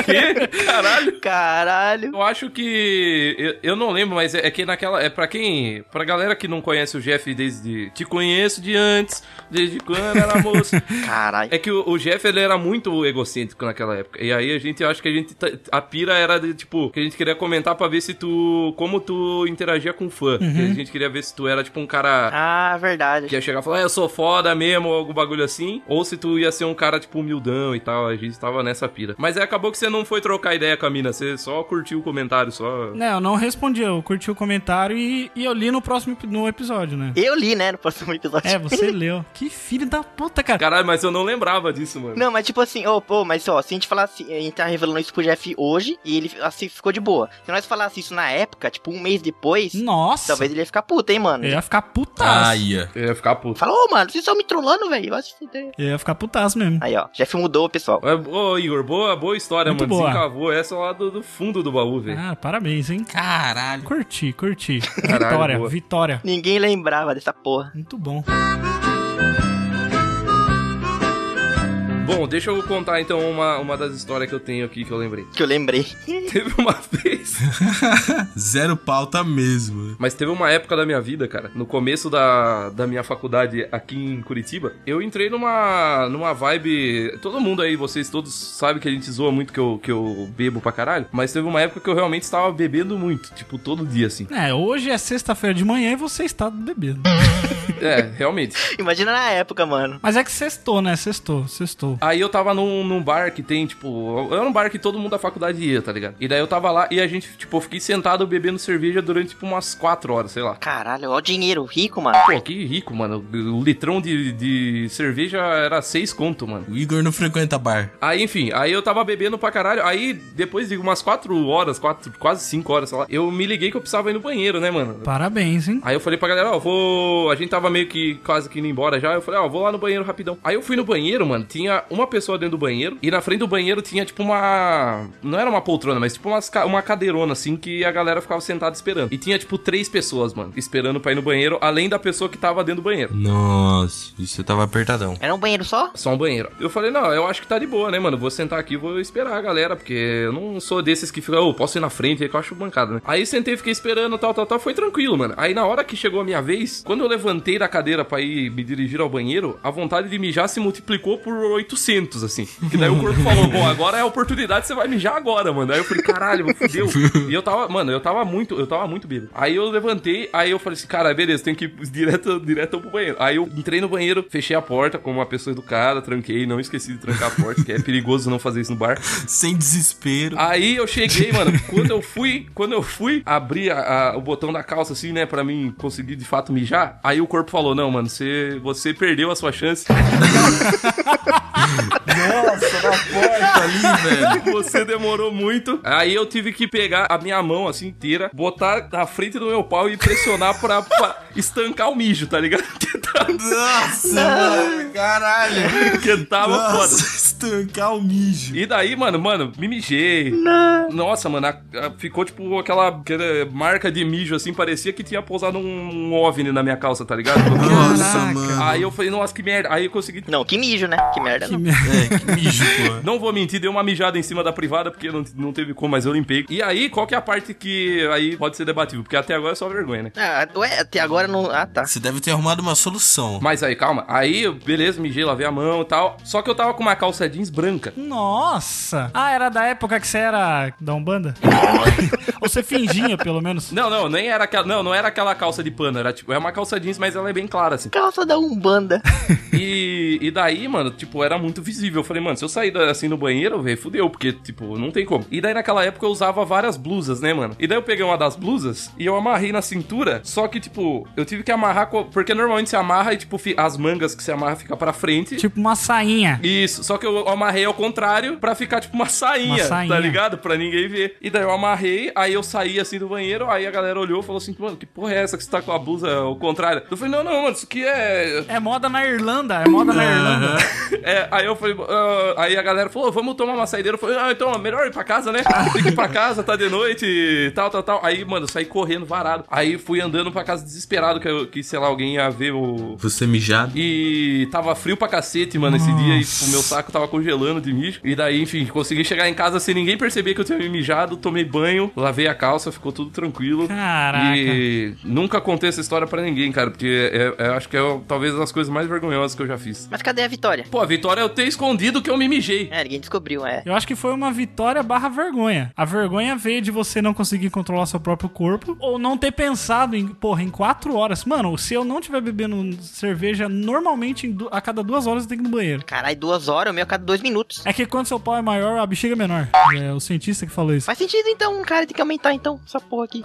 Speaker 3: Quê? Caralho.
Speaker 4: Caralho.
Speaker 3: Eu acho que. Eu, eu não lembro, mas é, é que naquela. É pra quem. Pra galera que não conhece o Jeff desde. Te conheço de antes, desde quando era moço.
Speaker 4: Caralho.
Speaker 3: É que o, o Jeff ele era muito egocêntrico naquela época. E aí a gente, eu acho que a gente. tá- A pira era de tipo. Que a gente queria comentar pra ver se tu. Como tu interagia com o fã. Que A gente queria ver se tu era tipo um cara.
Speaker 4: Ah,
Speaker 3: Que
Speaker 4: verdade.
Speaker 3: ia chegar e falar, "Ah, eu sou foda mesmo, ou algum bagulho assim. Ou se tu ia ser um cara, tipo, humildão e tal. A gente tava nessa pira. Mas aí acabou que você não foi trocar ideia com a mina. Você só curtiu o comentário, só.
Speaker 1: Não, Né, eu não respondi, eu curti o comentário e, e eu li no próximo ep- no episódio, né?
Speaker 4: Eu li, né, no próximo episódio.
Speaker 1: É, você leu. Que filho da puta, cara.
Speaker 3: Caralho, mas eu não lembrava disso, mano.
Speaker 4: Não, mas tipo assim, ô, pô, mas ó, se a gente falasse, a gente tá revelando isso pro Jeff hoje e ele assim ficou de boa. Se nós falasse isso na época, tipo um mês depois,
Speaker 1: Nossa. É.
Speaker 4: talvez ele ia ficar puto, hein, mano.
Speaker 1: Eu ia ficar putaço.
Speaker 2: Aí, ó.
Speaker 3: Eu ia ficar puto.
Speaker 4: Fala, ô, mano, vocês estão me trollando, velho. Vai se fuder.
Speaker 1: Eu ia ficar putaço mesmo.
Speaker 4: Aí, ó, Jeff mudou, pessoal.
Speaker 3: É, Ô, Igor, boa, boa história,
Speaker 1: Muito
Speaker 3: mano.
Speaker 1: boa.
Speaker 3: Desencavou essa é lá do, do fundo do baú, velho.
Speaker 1: Ah, parabéns, hein?
Speaker 2: Caralho.
Speaker 1: Curti, curti.
Speaker 3: Caralho,
Speaker 1: vitória,
Speaker 3: boa.
Speaker 1: vitória.
Speaker 4: Ninguém lembrava dessa porra.
Speaker 1: Muito bom. Ah.
Speaker 3: Bom, deixa eu contar então uma, uma das histórias que eu tenho aqui que eu lembrei.
Speaker 4: Que eu lembrei.
Speaker 3: Teve uma vez.
Speaker 2: Zero pauta mesmo.
Speaker 3: Mas teve uma época da minha vida, cara, no começo da, da minha faculdade aqui em Curitiba, eu entrei numa, numa vibe. Todo mundo aí, vocês todos sabem que a gente zoa muito que eu, que eu bebo pra caralho, mas teve uma época que eu realmente estava bebendo muito, tipo, todo dia assim.
Speaker 1: É, hoje é sexta-feira de manhã e você está bebendo.
Speaker 3: É, realmente.
Speaker 4: Imagina na época, mano.
Speaker 1: Mas é que sextou, né? Sextou, sextou.
Speaker 3: Aí eu tava num, num bar que tem, tipo. Era um bar que todo mundo da faculdade ia, tá ligado? E daí eu tava lá e a gente, tipo, eu fiquei sentado bebendo cerveja durante, tipo, umas 4 horas, sei lá.
Speaker 4: Caralho, ó o dinheiro, rico, mano.
Speaker 3: Pô, que rico, mano. O litrão de, de cerveja era 6 conto, mano.
Speaker 2: O Igor não frequenta bar.
Speaker 3: Aí, enfim, aí eu tava bebendo pra caralho. Aí, depois de umas 4 horas, quatro, quase 5 horas, sei lá, eu me liguei que eu precisava ir no banheiro, né, mano?
Speaker 1: Parabéns, hein?
Speaker 3: Aí eu falei pra galera, ó, vou. A gente tava meio que quase que indo embora já. Eu falei, ó, vou lá no banheiro rapidão. Aí eu fui no banheiro, mano. Tinha uma pessoa dentro do banheiro. E na frente do banheiro tinha, tipo, uma. Não era uma poltrona, mas tipo umas ca- uma cadeirona, assim, que a galera ficava sentada esperando. E tinha, tipo, três pessoas, mano, esperando pra ir no banheiro, além da pessoa que tava dentro do banheiro.
Speaker 2: Nossa, isso eu tava apertadão.
Speaker 4: Era um banheiro só?
Speaker 3: Só um banheiro. Eu falei, não, eu acho que tá de boa, né, mano? Vou sentar aqui e vou esperar a galera, porque eu não sou desses que fica, ô, posso ir na frente, aí que eu acho bancada, né? Aí sentei, fiquei esperando, tal, tal, tal, foi tranquilo, mano. Aí na hora que chegou a minha vez, quando eu levantei da cadeira pra ir me dirigir ao banheiro, a vontade de mijar se multiplicou por 800, assim. Que daí o corpo falou, bom, agora é a oportunidade, você vai mijar agora, mano. Aí eu falei, caralho, mano, fudeu. E eu tava, mano, eu tava muito, eu tava muito bêbado. Aí eu levantei, aí eu falei assim, cara, beleza, tem que ir direto, direto pro banheiro. Aí eu entrei no banheiro, fechei a porta como uma pessoa educada, tranquei, não esqueci de trancar a porta, que é perigoso não fazer isso no bar.
Speaker 2: Sem desespero.
Speaker 3: Aí eu cheguei, mano, quando eu fui, quando eu fui abrir a- a- o botão da calça assim, né, pra mim conseguir de fato mijar, aí o corpo falou, não, mano, você, você perdeu a sua chance.
Speaker 2: Tá ali, velho.
Speaker 3: Você demorou muito. Aí eu tive que pegar a minha mão assim inteira, botar na frente do meu pau e pressionar pra, pra estancar o mijo, tá ligado? Que tava,
Speaker 2: Nossa, mano. Caralho.
Speaker 3: que tava
Speaker 2: Nossa,
Speaker 3: foda.
Speaker 2: estancar o mijo.
Speaker 3: E daí, mano, mano, me mijei. Nossa, mano, a- a- ficou tipo aquela, aquela marca de mijo assim, parecia que tinha pousado um OVNI na minha calça, tá ligado?
Speaker 2: Nossa, mano.
Speaker 3: Aí eu falei, nossa, que merda. Aí eu consegui.
Speaker 4: Não, que mijo, né? Que merda. não.
Speaker 2: É, que mijo, pô.
Speaker 3: Não vou mentir, dei uma mijada em cima da privada, porque não, não teve como, mas eu limpei. E aí, qual que é a parte que aí pode ser debatível? Porque até agora é só vergonha, né?
Speaker 4: Ah, ué, até agora não. Ah, tá.
Speaker 2: Você deve ter arrumado uma solução.
Speaker 3: Mas aí, calma. Aí, eu- beleza, mijei, lavei a mão e tal. Só que eu tava com uma calça jeans branca.
Speaker 1: Nossa! Ah, era da época que você era da Umbanda? Ou você fingia, pelo menos?
Speaker 3: Não, não, nem era aquela. Não, não era aquela calça de pano. Era tipo, é uma calça jeans, mas ela é bem clara, assim.
Speaker 4: Calça da Umbanda.
Speaker 3: E, e daí, mano, tipo, era muito visível. Eu falei, mano, se eu sair da- assim no banheiro, velho, fudeu, porque, tipo, não tem como. E daí naquela época eu usava várias blusas, né, mano? E daí eu peguei uma das blusas e eu amarrei na cintura. Só que, tipo, eu tive que amarrar. co- Porque normalmente se amarra e, tipo, fi- as mangas que se amarra fica pra frente.
Speaker 1: Tipo uma sainha.
Speaker 3: Isso, só que eu amarrei ao contrário pra ficar tipo uma sainha,
Speaker 1: Uma sainha.
Speaker 3: tá ligado? Pra ninguém ver. E daí eu amarrei, aí eu saí assim do banheiro, aí a galera olhou e falou assim: mano, que porra é essa que você tá com a blusa ao contrário? Eu falei: não, não, mano, isso aqui é.
Speaker 1: É moda na Irlanda, é moda na Irlanda.
Speaker 3: é. Aí eu falei: "Ah", aí a galera falou: vamos tomar uma saideira. Eu falei: ah, então, melhor ir pra casa, né? Tem que ir pra casa, tá de noite, e tal, tal, tal. Aí, mano, eu saí correndo varado. Aí fui andando pra casa desesperado, que, eu- que sei lá, alguém ia ver o,
Speaker 2: Você é mijado?
Speaker 3: e tava frio pra cacete, mano, esse dia. E, tipo, meu saco tava tava congelando de mijo. E daí, enfim, consegui chegar em casa sem ninguém perceber que eu tinha me mijado, tomei banho, lavei a calça, ficou tudo tranquilo.
Speaker 1: Caraca.
Speaker 3: E nunca contei essa história pra ninguém, cara, porque é- é- acho que é talvez uma das coisas mais vergonhosas que eu já fiz.
Speaker 4: Mas cadê a vitória?
Speaker 3: Pô, a vitória é eu ter escondido que eu me mijei.
Speaker 4: É, ninguém descobriu, é.
Speaker 1: Eu acho que foi uma vitória barra vergonha. A vergonha veio de você não conseguir controlar seu próprio corpo ou não ter pensado em, porra, em quatro horas. Mano, se eu não tiver bebendo cerveja, normalmente em du- a cada duas horas eu tenho que ir no banheiro.
Speaker 4: Caralho, duas horas, o meu a cada dois minutos.
Speaker 1: É que quando seu pau é maior, a bexiga é menor. É o cientista que falou isso.
Speaker 4: Faz sentido então, cara, tem que aumentar então essa porra aqui.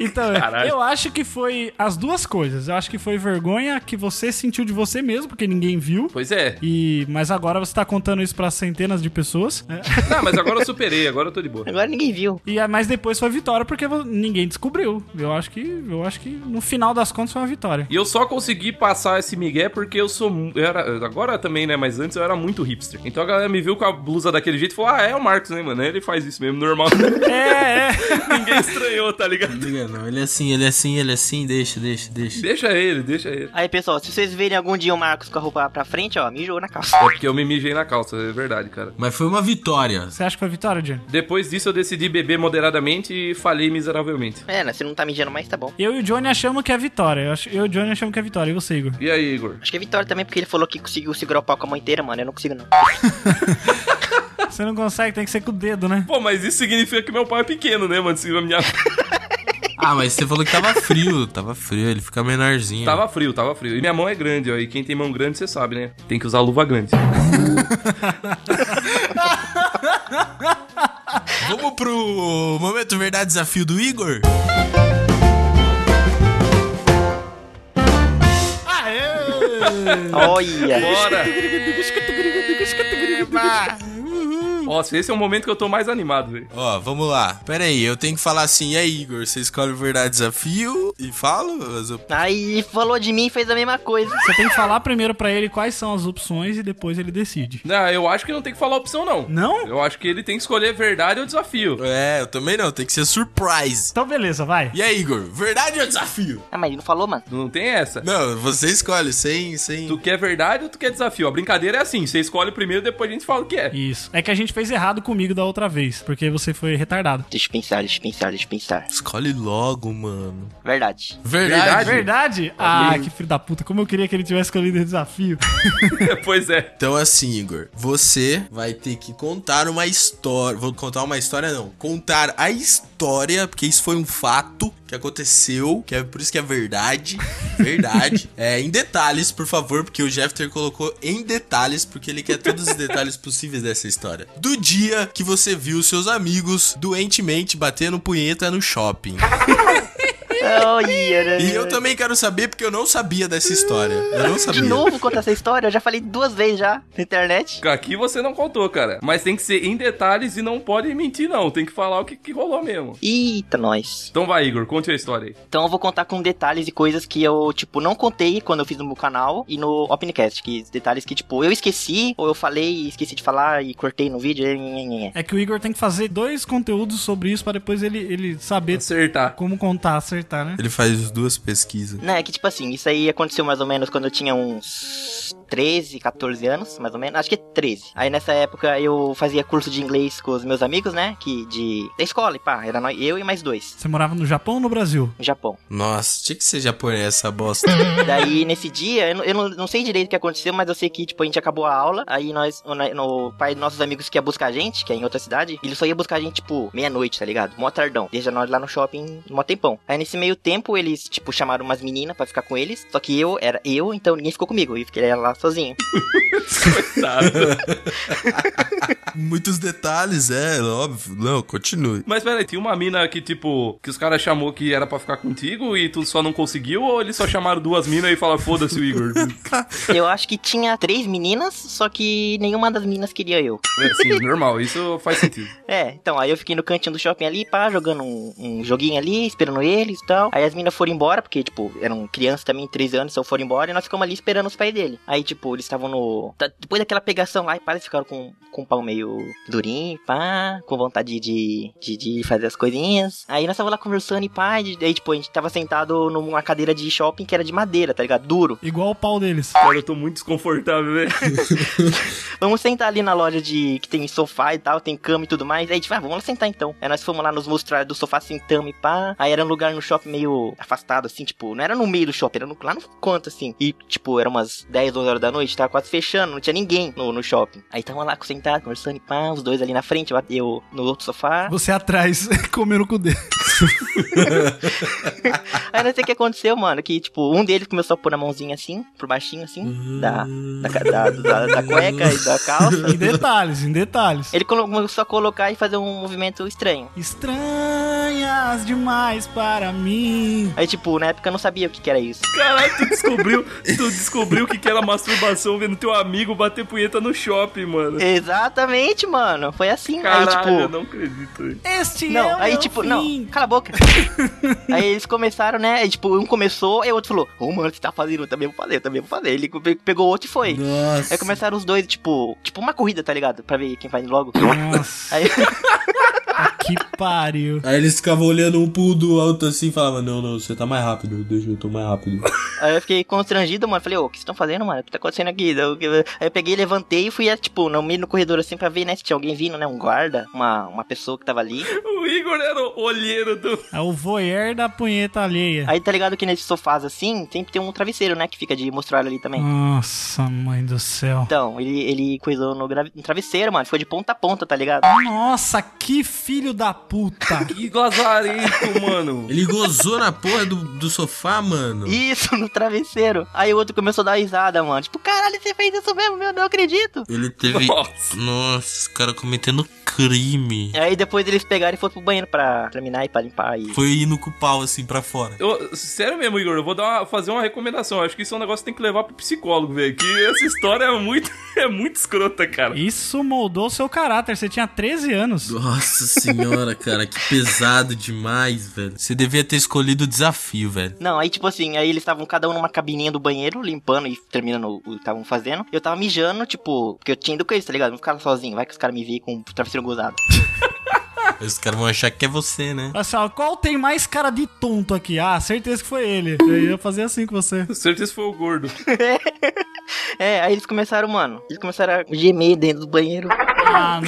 Speaker 1: Então, é,
Speaker 3: Caralho.
Speaker 1: eu acho que foi as duas coisas. Eu acho que foi vergonha que você sentiu de você mesmo, porque ninguém viu.
Speaker 3: Pois é.
Speaker 1: E, mas agora você tá contando isso pra centenas de pessoas. né?
Speaker 3: Não, mas agora eu superei, agora eu tô de boa.
Speaker 4: Agora ninguém viu.
Speaker 1: E a- mas depois foi vitória porque vo- ninguém descobriu. Eu acho que eu acho que no final das contas foi uma vitória.
Speaker 3: E eu só consegui passar esse migué porque eu sou. mu- Eu era, agora também, né? Mas antes eu era muito hipster. Então a galera me viu com a blusa daquele jeito e falou: Ah, é o Marcos, né, mano? Ele faz isso mesmo, normal.
Speaker 1: É, é.
Speaker 3: Ninguém estranhou, tá ligado?
Speaker 2: Não, ele é assim, ele é assim, ele é assim, deixa, deixa, deixa.
Speaker 3: Deixa ele, deixa ele.
Speaker 4: Aí, pessoal, se vocês verem algum dia o Marcos com a roupa pra frente, ó, mijou na calça.
Speaker 3: É porque eu me mijei na calça, é verdade, cara.
Speaker 2: Mas foi uma vitória.
Speaker 1: Você acha que foi vitória, Johnny?
Speaker 3: Depois disso eu decidi beber moderadamente e falhei miseravelmente.
Speaker 4: É, né, você não tá mijando mais, tá bom.
Speaker 1: Eu e o Johnny achamos que é vitória. Eu, acho- eu e o Johnny achamos que é vitória. E você, Igor?
Speaker 3: E aí, Igor?
Speaker 4: Acho que é vitória também, porque ele falou que conseguiu segurar o pau com a mão inteira, mano. Eu não consigo, não.
Speaker 1: Você não consegue, tem que ser com o dedo, né?
Speaker 3: Pô, mas isso significa que meu pau é pequeno, né, mano? Se a minha-
Speaker 2: Ah, mas você falou que tava frio, tava frio, ele fica menorzinho.
Speaker 3: Tava frio, tava frio. E minha mão é grande, ó. E quem tem mão grande, você sabe, né? Tem que usar luva grande.
Speaker 2: Vamos pro momento verdade desafio do Igor?
Speaker 4: Olha!
Speaker 3: Bora! Nossa, esse é o momento que eu tô mais animado, velho.
Speaker 2: Ó, vamos lá. Pera aí, eu tenho que falar assim, e aí, Igor, você escolhe o verdade desafio e falo? as op-
Speaker 4: Aí falou de mim e fez a mesma coisa.
Speaker 1: Você tem que falar primeiro pra ele quais são as opções e depois ele decide.
Speaker 3: Não, eu acho que não tem que falar a opção, não.
Speaker 1: Não?
Speaker 3: Eu acho que ele tem que escolher verdade ou desafio.
Speaker 2: É, eu também não, tem que ser surprise.
Speaker 1: Então beleza, vai.
Speaker 2: E aí, Igor, verdade ou desafio?
Speaker 4: Ah, mas ele não falou, mano.
Speaker 3: Não tem essa.
Speaker 2: Não, você escolhe, sem, sem...
Speaker 3: Tu quer verdade ou tu quer desafio? A brincadeira é assim, você escolhe primeiro, depois a gente fala o que é.
Speaker 1: Isso. É que a gente fez errado comigo da outra vez, porque você foi retardado.
Speaker 4: Deixa eu pensar, deixa eu pensar, deixa eu pensar.
Speaker 2: Escolhe logo, mano.
Speaker 4: Verdade.
Speaker 3: Verdade.
Speaker 1: Verdade? Ah, que filho da puta. Como eu queria que ele tivesse escolhido o desafio.
Speaker 3: pois é.
Speaker 2: Então assim, Igor, você vai ter que contar uma história. Vou contar uma história não, contar a história, porque isso foi um fato que aconteceu, que é por isso que é verdade, verdade. é em detalhes, por favor, porque o Jeffter colocou em detalhes porque ele quer todos os detalhes possíveis dessa história. Do dia que você viu seus amigos doentemente batendo punheta no shopping.
Speaker 4: Olha! né?
Speaker 2: E eu também quero saber porque eu não sabia dessa história. Eu não
Speaker 4: De
Speaker 2: sabia.
Speaker 4: novo contar essa história? Eu já falei duas vezes já na internet.
Speaker 3: Aqui você não contou, cara. Mas tem que ser em detalhes e não pode mentir, não. Tem que falar o que, que rolou mesmo.
Speaker 4: Eita, nós.
Speaker 3: Então vai, Igor, conte a história aí.
Speaker 4: Então eu vou contar com detalhes e coisas que eu, tipo, não contei quando eu fiz no meu canal e no Opencast. Que detalhes que, tipo, eu esqueci, ou eu falei e esqueci de falar e cortei no vídeo. é, é, é, é.
Speaker 1: É que o Igor tem que fazer dois conteúdos sobre isso pra depois ele, ele saber
Speaker 3: Acertar.
Speaker 1: como contar, acertar, né?
Speaker 2: Ele faz duas pesquisas.
Speaker 4: Não, é que, tipo assim, isso aí aconteceu mais ou menos quando eu tinha uns 13, 14 anos, mais ou menos. Acho que é 13. Aí nessa época eu fazia curso de inglês com os meus amigos, né? Que de. da escola, e pá. Era nós, eu e mais dois.
Speaker 1: Você morava no Japão ou no Brasil?
Speaker 4: No Japão.
Speaker 2: Nossa, tinha que ser japonês essa bosta.
Speaker 4: Daí, nesse dia, eu, não, eu não, não sei direito o que aconteceu, mas eu sei que, tipo, a gente acabou a aula. Aí nós, o, no- no pai dos nossos amigos que ia buscar a gente, que é em outra cidade, ele só ia buscar a gente, tipo, meia-noite, tá ligado? Mó tardão. Deixa nós lá no shopping, mó tempão. Aí nesse meio tempo, eles, tipo, chamaram umas meninas pra ficar com eles. Só que eu, era eu, então ninguém ficou comigo. Eu fiquei lá sozinho.
Speaker 3: Coitado.
Speaker 2: Muitos detalhes, é, óbvio. Não, continue.
Speaker 3: Mas peraí, tinha uma mina que, tipo, que os caras chamou que era pra ficar contigo e tu só não conseguiu, ou eles só chamaram duas minas e falaram, foda-se o Igor? É
Speaker 4: eu acho que tinha três meninas, só que nenhuma das meninas queria eu.
Speaker 3: É, sim, normal, isso faz sentido.
Speaker 4: É, então, aí eu fiquei no cantinho do shopping ali, pá, jogando um, um joguinho ali, esperando eles e tal. Aí as minas foram embora, porque, tipo, eram crianças também, 13 anos, então foram embora, e nós ficamos ali esperando os pais dele. Aí, tipo, eles estavam no. tá- Depois daquela pegação lá, e pá, eles ficaram com, com o pau meio meio durinho, pá, com vontade de, de, de fazer as coisinhas. Aí nós tava lá conversando e pá, e aí tipo, a gente tava sentado numa cadeira de shopping que era de madeira, tá ligado? Duro.
Speaker 1: Igual o pau deles.
Speaker 3: Cara, eu tô muito desconfortável, velho.
Speaker 4: Vamos sentar ali na loja de que tem sofá e tal, tem cama e tudo mais. Aí a gente vai, ah, vamos lá sentar então. Aí nós fomos lá nos mostrar do sofá sem cama e pá. Aí era um lugar no shopping meio afastado, assim, tipo, não era no meio do shopping, era no- lá no canto, assim. E, tipo, era umas 10, 11 horas da noite, tava quase fechando, não tinha ninguém no, no shopping. Aí tava lá sentado, conversando e pá, os dois ali na frente, eu- eu no outro sofá.
Speaker 1: Você atrás, comendo com o dedo.
Speaker 4: Aí não sei o que aconteceu, mano, que, tipo, um deles começou a pôr a mãozinha assim, por baixinho, assim, da, da, da, da, da cueca e da calça.
Speaker 1: Em detalhes, em detalhes.
Speaker 4: Ele colo- começou a colocar e fazer um movimento estranho.
Speaker 1: Estranhas demais para mim.
Speaker 4: Aí, tipo, na época eu não sabia o que, que era isso.
Speaker 3: Caralho, tu descobriu, tu descobriu que, que era masturbação vendo teu amigo bater punheta no shopping, mano.
Speaker 4: Exatamente, mano. Foi assim.
Speaker 3: Caralho,
Speaker 4: aí,
Speaker 3: eu
Speaker 4: tipo.
Speaker 3: não acredito. velho.
Speaker 1: Este é
Speaker 4: Não,
Speaker 1: o
Speaker 4: aí
Speaker 1: meu
Speaker 4: tipo,
Speaker 1: fim.
Speaker 4: não, cala a boca. aí eles começaram, né? Aí, tipo, um começou, aí o outro falou: Ô, mano, você tá fazendo, eu também vou fazer, eu também vou fazer. Ele pe- pegou o outro e foi.
Speaker 2: Nossa.
Speaker 4: Aí começaram os dois, tipo, tipo uma corrida, tá ligado? Pra ver quem faz logo.
Speaker 1: Nossa,
Speaker 4: Aí,
Speaker 1: que pariu.
Speaker 2: Aí eles ficavam olhando um pulo do alto assim e falavam, não, não, você tá mais rápido, deixa eu tô mais rápido.
Speaker 4: aí eu fiquei constrangido, mano. Falei, ô, o que vocês estão fazendo, mano? O que tá acontecendo aqui? Eu- eu- Aí eu peguei, levantei e fui, é, tipo, no meio do corredor assim pra ver, né? Se tinha alguém vindo, né? Um guarda, uma, uma pessoa que tava ali.
Speaker 3: O Igor era o olheiro do.
Speaker 1: É o voyeur da punheta alheia.
Speaker 4: Aí tá ligado que nesses sofás assim, sempre tem um travesseiro, né? Que fica de mostrar ali também.
Speaker 1: Nossa, mãe do céu.
Speaker 4: Então, ele, ele coisou no, gra- no travesseiro, mano. Ficou de ponta a ponta, tá ligado?
Speaker 1: Hum. Nossa, que filho da puta.
Speaker 3: Que lazarento, mano.
Speaker 2: Ele gozou na porra do, do sofá, mano.
Speaker 4: Isso, no travesseiro. Aí o outro começou a dar risada, mano. Tipo, caralho, você fez isso mesmo, meu? Não acredito.
Speaker 2: Ele teve.
Speaker 3: Nossa.
Speaker 2: Nossa, o cara cometendo crime.
Speaker 4: Aí depois eles pegaram e foram pro banheiro pra terminar e pra limpar. E...
Speaker 2: Foi indo com o pau assim pra fora.
Speaker 3: Eu- sério mesmo, Igor, eu vou dar uma- fazer uma recomendação. Eu Acho que isso é um negócio que tem que levar pro psicólogo, velho. Que essa história é muito, é muito escrota, cara.
Speaker 1: Isso moldou seu caráter. Você tinha 13 anos.
Speaker 2: Nossa senhora, cara, que pesado demais, velho. Você devia ter escolhido o desafio, velho.
Speaker 4: Não, aí tipo assim, aí eles estavam cada um numa cabininha do banheiro, limpando e terminando o o que estavam fazendo. Eu tava mijando, tipo, porque eu tinha ido com eles, tá ligado? Não ficava sozinho, vai que os caras me veem com o travesseiro gozado.
Speaker 2: Os caras vão achar que é você, né?
Speaker 1: Assim, ó, qual tem mais cara de tonto aqui? Ah, certeza que foi ele. Eu ia fazer assim com você.
Speaker 3: Com certeza foi o gordo.
Speaker 4: é, aí eles começaram, mano, eles começaram a gemer dentro do banheiro.
Speaker 1: Ah, não.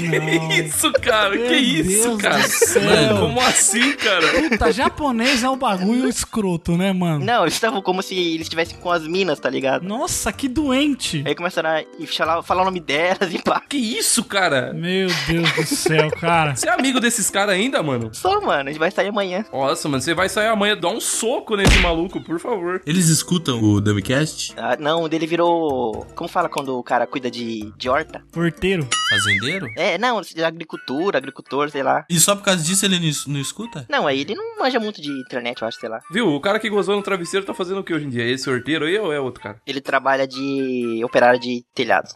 Speaker 3: Que isso, cara?
Speaker 1: Meu
Speaker 3: que isso,
Speaker 1: Deus
Speaker 3: cara?
Speaker 1: do céu.
Speaker 3: Como assim, cara?
Speaker 1: Puta, japonês é um bagulho escroto, né, mano?
Speaker 4: Não, eles estavam como se eles estivessem com as minas, tá ligado?
Speaker 1: Nossa, que doente.
Speaker 4: Aí começaram a falar, falar o nome delas e pá.
Speaker 3: Que isso, cara?
Speaker 1: Meu Deus do céu, cara.
Speaker 3: Você é amigo desses caras ainda, mano?
Speaker 4: Só, mano, a gente vai sair amanhã.
Speaker 3: Nossa, mano, você vai sair amanhã, dá um soco nesse maluco, por favor.
Speaker 2: Eles escutam o Dumbcast?
Speaker 4: Ah, não, o dele virou. Como fala quando o cara cuida de, de horta?
Speaker 1: Porteiro.
Speaker 2: Fazendeiro?
Speaker 4: É, não, de agricultura, agricultor, sei lá.
Speaker 2: E só por causa disso ele não es- não escuta?
Speaker 4: Não, aí ele não manja muito de internet, eu acho, sei lá.
Speaker 3: Viu? O cara que gozou no travesseiro tá fazendo o que hoje em dia? Esse sorteiro aí ou é outro cara?
Speaker 4: Ele trabalha de operário de telhado.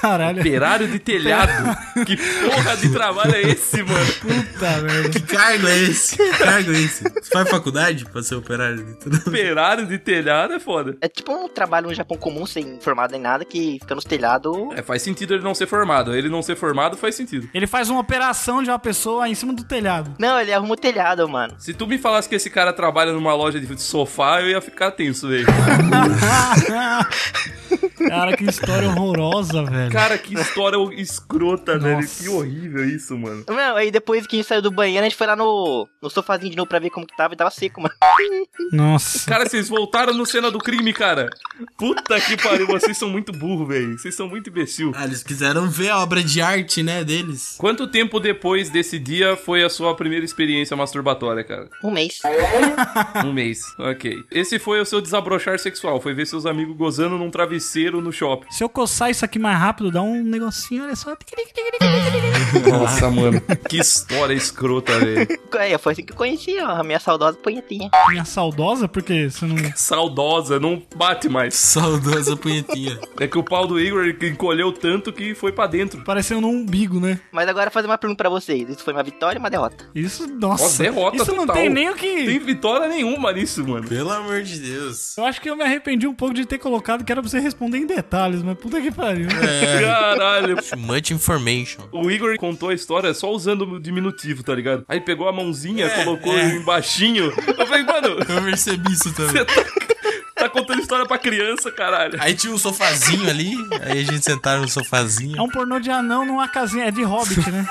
Speaker 1: Caralho.
Speaker 3: Operário de telhado. que porra de trabalho é esse, mano?
Speaker 1: Puta merda.
Speaker 2: Que cargo é esse? Que cargo é esse? Você faz faculdade pra ser operário de tudo?
Speaker 3: Operário de telhado é foda.
Speaker 4: É tipo um trabalho no Japão comum, sem formado em nada, que fica nos telhados.
Speaker 3: É, faz sentido ele não ser formado. Ele não ser formado faz sentido.
Speaker 1: Ele faz uma operação de uma pessoa em cima do telhado.
Speaker 4: Não, ele arruma o telhado, mano.
Speaker 3: Se tu me falasse que esse cara trabalha numa loja de sofá, eu ia ficar tenso, velho.
Speaker 1: Cara, que história horrorosa, velho.
Speaker 3: Cara, que história escrota, velho.
Speaker 1: Nossa.
Speaker 3: Que horrível isso, mano.
Speaker 4: Não, aí depois que a gente saiu do banheiro, a gente foi lá no, no sofazinho de novo pra ver como que tava e tava seco, mano.
Speaker 1: Nossa.
Speaker 3: Cara, vocês voltaram no cena do crime, cara. Puta que pariu, vocês são muito burro, velho. Vocês são muito imbecil.
Speaker 2: Ah, eles quiseram ver a obra de arte, né, deles.
Speaker 3: Quanto tempo depois desse dia foi a sua primeira experiência masturbatória, cara?
Speaker 4: Um mês.
Speaker 3: Um mês. Ok. Esse foi o seu desabrochar sexual. Foi ver seus amigos gozando num travesseiro no shopping.
Speaker 1: Se eu coçar isso aqui mais rápido, dá um negocinho, olha só.
Speaker 3: Nossa, mano. Que história escrota, velho.
Speaker 4: É, foi assim que eu conheci, ó, a minha saudosa punhetinha.
Speaker 1: Minha saudosa, porque você não.
Speaker 3: Saudosa, não bate mais.
Speaker 2: Saudosa punhetinha.
Speaker 3: É que o pau do Igor encolheu tanto que foi pra dentro.
Speaker 1: Pareceu num umbigo, né?
Speaker 4: Mas agora fazer uma pergunta pra vocês. Isso foi uma vitória ou uma derrota?
Speaker 1: Isso, nossa.
Speaker 3: Ó, derrota
Speaker 1: isso não
Speaker 3: total.
Speaker 1: tem nem o que.
Speaker 3: Tem vitória nenhuma nisso, mano.
Speaker 2: Pelo amor de Deus.
Speaker 1: Eu acho que eu me arrependi um pouco de ter colocado que era pra você responder em detalhes, mas puta que pariu.
Speaker 3: É. Caralho.
Speaker 2: Too much information.
Speaker 3: O Igor contou a história só usando o diminutivo, tá ligado? Aí pegou a mãozinha,
Speaker 2: É,
Speaker 3: colocou
Speaker 2: é.
Speaker 3: embaixinho. Eu falei, mano,
Speaker 2: Eu percebi isso também.
Speaker 3: você tá, tá contando história pra criança, caralho.
Speaker 2: Aí tinha um sofazinho ali, aí a gente sentaram no
Speaker 1: É
Speaker 2: sofazinho.
Speaker 1: um pornô de anão numa casinha, é de hobbit, né?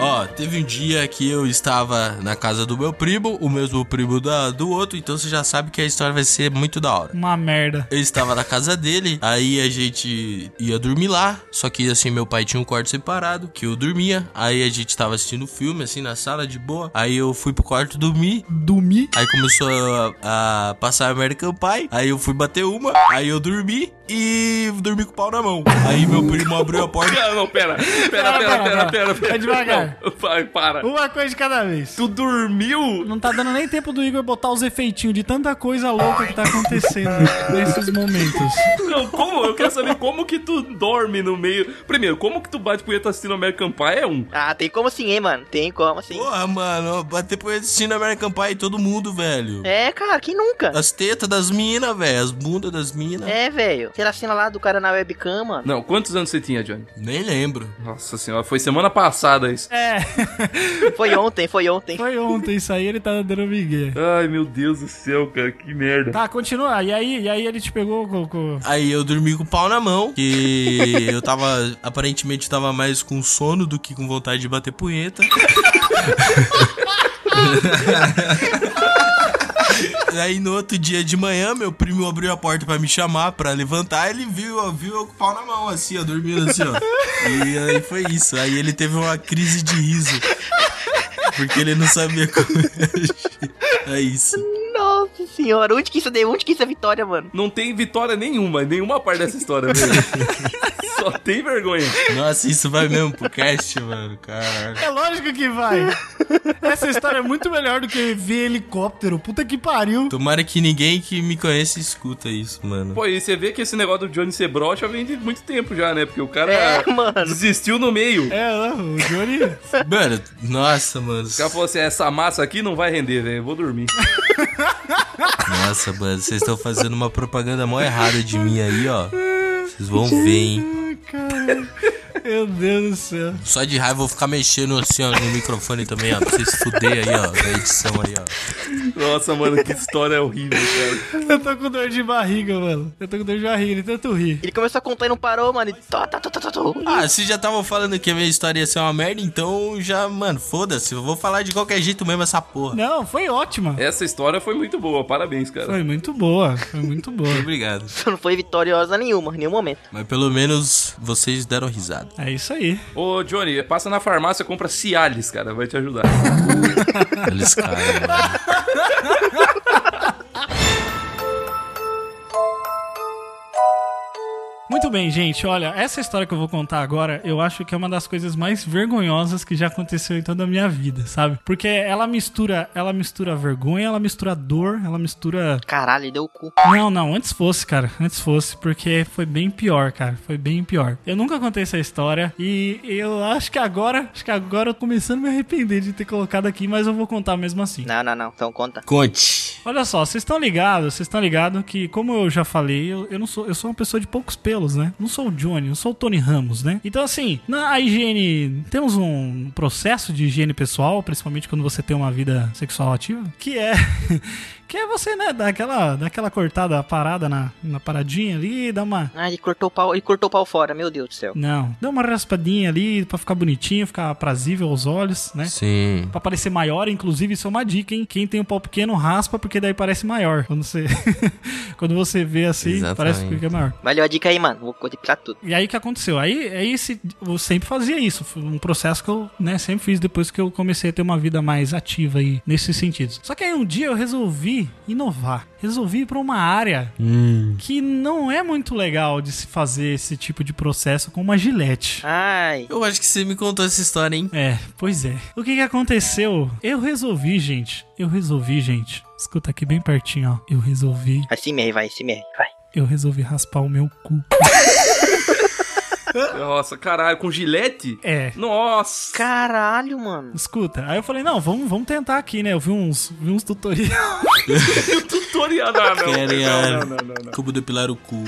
Speaker 2: Ó, teve um dia que eu estava na casa do meu primo, o mesmo primo da, do outro, então você já sabe que a história vai ser muito da hora.
Speaker 1: Uma merda.
Speaker 2: Eu estava na casa dele, aí a gente ia dormir lá. Só que assim, meu pai tinha um quarto separado, que eu dormia. Aí a gente tava assistindo filme, assim, na sala de boa. Aí eu fui pro quarto dormir.
Speaker 1: Dormir.
Speaker 2: Aí começou a, a passar American Pie. Aí eu fui bater uma. Aí eu dormi e dormi com o pau na mão. Aí meu primo abriu a porta.
Speaker 3: Não, não, pera. Pera, pera, pera, pera. pera.
Speaker 1: Vai devagar.
Speaker 3: Não, vai, para.
Speaker 1: Uma coisa de cada vez.
Speaker 3: Tu dormiu?
Speaker 1: Não tá dando nem tempo do Igor botar os efeitinhos de tanta coisa louca que tá acontecendo nesses momentos.
Speaker 3: Não, como? Eu quero saber como que tu dorme no meio. Primeiro, como que tu bate punheta assistindo American Pie? É um.
Speaker 4: Ah, tem como sim, hein, mano? Tem como sim.
Speaker 2: Porra, mano, bater por assistindo American Pie todo mundo, velho.
Speaker 4: É, cara, quem nunca?
Speaker 2: As tetas das minas, velho. As bundas das minas.
Speaker 4: É, velho. Aquela cena lá do cara na webcam, mano.
Speaker 3: Não, quantos anos você tinha, Johnny?
Speaker 2: Nem lembro.
Speaker 3: Nossa senhora, foi semana passada isso.
Speaker 1: É,
Speaker 4: Foi ontem, foi ontem.
Speaker 1: foi ontem isso aí, ele tá dando migué.
Speaker 3: Ai, meu Deus do céu, cara, que merda.
Speaker 1: Tá, continua. E aí, e aí ele te pegou com... com-
Speaker 2: Aí eu dormi com o pau na mão, que eu tava, aparentemente, tava mais com sono do que com vontade de bater punheta. Aí no outro dia de manhã, meu primo abriu a porta pra me chamar, pra levantar, ele viu, ó, viu eu com o pau na mão, assim, ó, dormindo assim, ó. E aí foi isso. Aí ele teve uma crise de riso. Porque ele não sabia como. é isso.
Speaker 4: Nossa senhora, onde que isso deu? Onde que isso é vitória, mano?
Speaker 3: Não tem vitória nenhuma, em nenhuma parte dessa história mesmo. Só tem vergonha.
Speaker 2: Nossa, isso vai mesmo pro cast, mano. Caralho.
Speaker 1: É lógico que vai. Essa história é muito melhor do que ver helicóptero. Puta que pariu.
Speaker 2: Tomara que ninguém que me conhece escuta isso, mano.
Speaker 3: Pô, e você vê que esse negócio do Johnny ser broxa vem de muito tempo já, né? Porque o cara
Speaker 4: É, mano.
Speaker 3: desistiu no meio.
Speaker 1: É, o Johnny...
Speaker 2: Mano, nossa, mano.
Speaker 3: O cara falou assim: essa massa aqui não vai render, velho. eu Vou dormir.
Speaker 2: Nossa, mano, vocês estão fazendo uma propaganda mó errada de mim aí, ó. Vocês vão ver, hein?
Speaker 1: Ai, Caralho. Meu Deus do céu.
Speaker 2: Só de raiva eu vou ficar mexendo assim, ó, no microfone também, ó. Pra vocês se fuder aí, ó, na edição aí, ó.
Speaker 3: Nossa, mano, que história horrível, cara.
Speaker 1: Eu tô com dor de barriga, mano. Eu tô com dor de barriga, de tanto rir.
Speaker 4: Ele começou a contar e não parou, mano. E tó, tó, tó, tó, tó, tó.
Speaker 2: Ah, vocês já estavam falando que a minha história ia ser uma merda, então já, mano, foda-se. Eu vou falar de qualquer jeito mesmo essa porra.
Speaker 1: Não, foi ótima.
Speaker 3: Essa história foi muito boa, parabéns, cara.
Speaker 1: Foi muito boa, foi muito boa.
Speaker 2: Obrigado.
Speaker 4: Isso não foi vitoriosa nenhuma, em nenhum momento.
Speaker 2: Mas pelo menos vocês deram risada.
Speaker 1: É isso aí.
Speaker 3: Ô, Johnny, passa na farmácia, compra Cialis, cara, vai te ajudar.
Speaker 2: Eles caem, mano.
Speaker 1: Muito bem, gente. Olha, essa história que eu vou contar agora, eu acho que é uma das coisas mais vergonhosas que já aconteceu em toda a minha vida, sabe? Porque ela mistura, ela mistura vergonha, ela mistura dor, ela mistura
Speaker 4: Caralho, deu o cu.
Speaker 1: Não, não, antes fosse, cara. Antes fosse, porque foi bem pior, cara. Foi bem pior. Eu nunca contei essa história e eu acho que agora, acho que agora eu tô começando a me arrepender de ter colocado aqui, mas eu vou contar mesmo assim.
Speaker 4: Não, não, não. Então conta.
Speaker 2: Conte.
Speaker 1: Olha só, vocês estão ligados, vocês estão ligados que, como eu já falei, eu, eu não sou, eu sou uma pessoa de poucos pelos, né? Não sou o Johnny, não sou o Tony Ramos, né? Então, assim, na higiene, temos um processo de higiene pessoal, principalmente quando você tem uma vida sexual ativa, que é. Que é você, né, dar aquela, dar aquela cortada parada na, na paradinha ali, dar uma.
Speaker 4: Ah, ele cortou o pau, ele cortou o pau fora, meu Deus do céu.
Speaker 1: Não, dá uma raspadinha ali pra ficar bonitinho, ficar aprazível aos olhos, né?
Speaker 2: Sim.
Speaker 1: Pra parecer maior, inclusive, isso é uma dica, hein? Quem tem um pau pequeno, raspa, porque daí parece maior. Quando você, Quando você vê assim,
Speaker 2: Exatamente.
Speaker 1: parece que fica maior.
Speaker 4: Valeu a dica aí, mano. Vou contemplar tudo.
Speaker 1: E aí o que aconteceu? Aí, aí esse, eu sempre fazia isso. Foi um processo que eu né, sempre fiz depois que eu comecei a ter uma vida mais ativa aí, nesses sentidos. Só que aí um dia eu resolvi inovar. Resolvi ir pra uma área
Speaker 2: Hum.
Speaker 1: que não é muito legal de se fazer esse tipo de processo com uma gilete.
Speaker 4: Ai.
Speaker 2: Eu acho que você me contou essa história, hein?
Speaker 1: É, pois é. O que que aconteceu? Eu resolvi, gente. Eu resolvi, gente. Escuta aqui bem pertinho, ó. Eu resolvi.
Speaker 4: Assim mesmo, vai, assim mesmo. Vai.
Speaker 1: Eu resolvi raspar o meu cu.
Speaker 3: Nossa, caralho, com gilete?
Speaker 1: É.
Speaker 3: Nossa!
Speaker 4: Caralho, mano.
Speaker 1: Escuta, aí eu falei, não, vamos, vamos tentar aqui, né? Eu vi uns, vi uns tutoriais.
Speaker 3: Tutorial, Ah, não, não,
Speaker 2: Querem
Speaker 3: não,
Speaker 2: a-
Speaker 3: não, não, não.
Speaker 2: Como depilar o cu.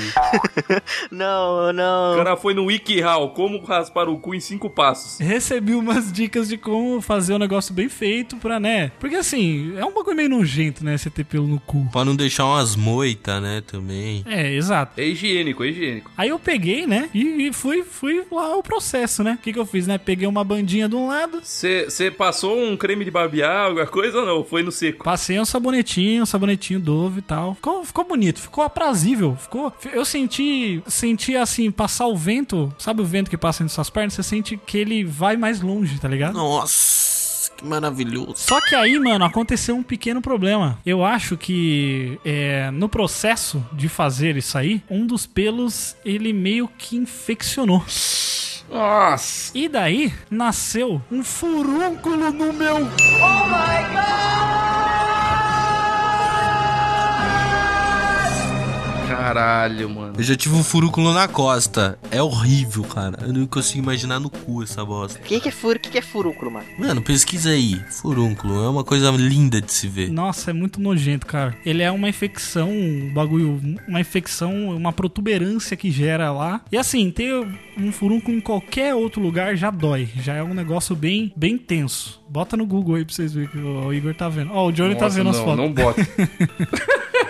Speaker 4: Não,
Speaker 3: O
Speaker 4: não.
Speaker 3: cara foi no WikiHow, como raspar o cu em cinco passos.
Speaker 1: Recebi umas dicas de como fazer um negócio bem feito pra, né? Porque assim, é um bagulho meio nojento, né? Você ter pelo no cu.
Speaker 2: Pra não deixar umas moitas, né, também.
Speaker 1: É, exato.
Speaker 3: É higiênico, é higiênico.
Speaker 1: Aí eu peguei, né? E, e fui, fui lá o processo, né? O que, que eu fiz, né? Peguei uma bandinha de um lado,
Speaker 3: Você passou um creme de barbear, alguma coisa ou não? Foi no seco.
Speaker 1: passei um sabonetinho, um sabonetinho Dove e tal. Ficou, ficou bonito, ficou aprazível. Ficou. Eu senti, senti assim, passar o vento, sabe o vento que passa entre suas pernas? Você sente que ele vai mais longe, tá ligado?
Speaker 2: Nossa, que maravilhoso.
Speaker 1: Só que aí, mano, aconteceu um pequeno problema. Eu acho que é, no processo de fazer isso aí, um dos pelos ele meio que infeccionou.
Speaker 3: Nossa!
Speaker 1: E daí nasceu um furúnculo no meu.
Speaker 3: Caralho, mano.
Speaker 2: Eu já tive um furúnculo na costa. É horrível, cara. Eu não consigo imaginar no cu essa bosta.
Speaker 4: O que, que é furo? O que, que é furúnculo, mano?
Speaker 2: Mano, pesquisa aí. Furúnculo é uma coisa linda de se ver.
Speaker 1: Nossa, é muito nojento, cara. Ele é uma infecção, um bagulho, uma infecção, uma protuberância que gera lá. E assim, ter um furúnculo em qualquer outro lugar já dói. Já é um negócio bem, bem tenso. Bota no Google aí pra vocês verem que o Igor tá vendo. Ó, o Johnny tá
Speaker 3: Nossa,
Speaker 1: vendo as
Speaker 3: não,
Speaker 1: fotos.
Speaker 3: não bota.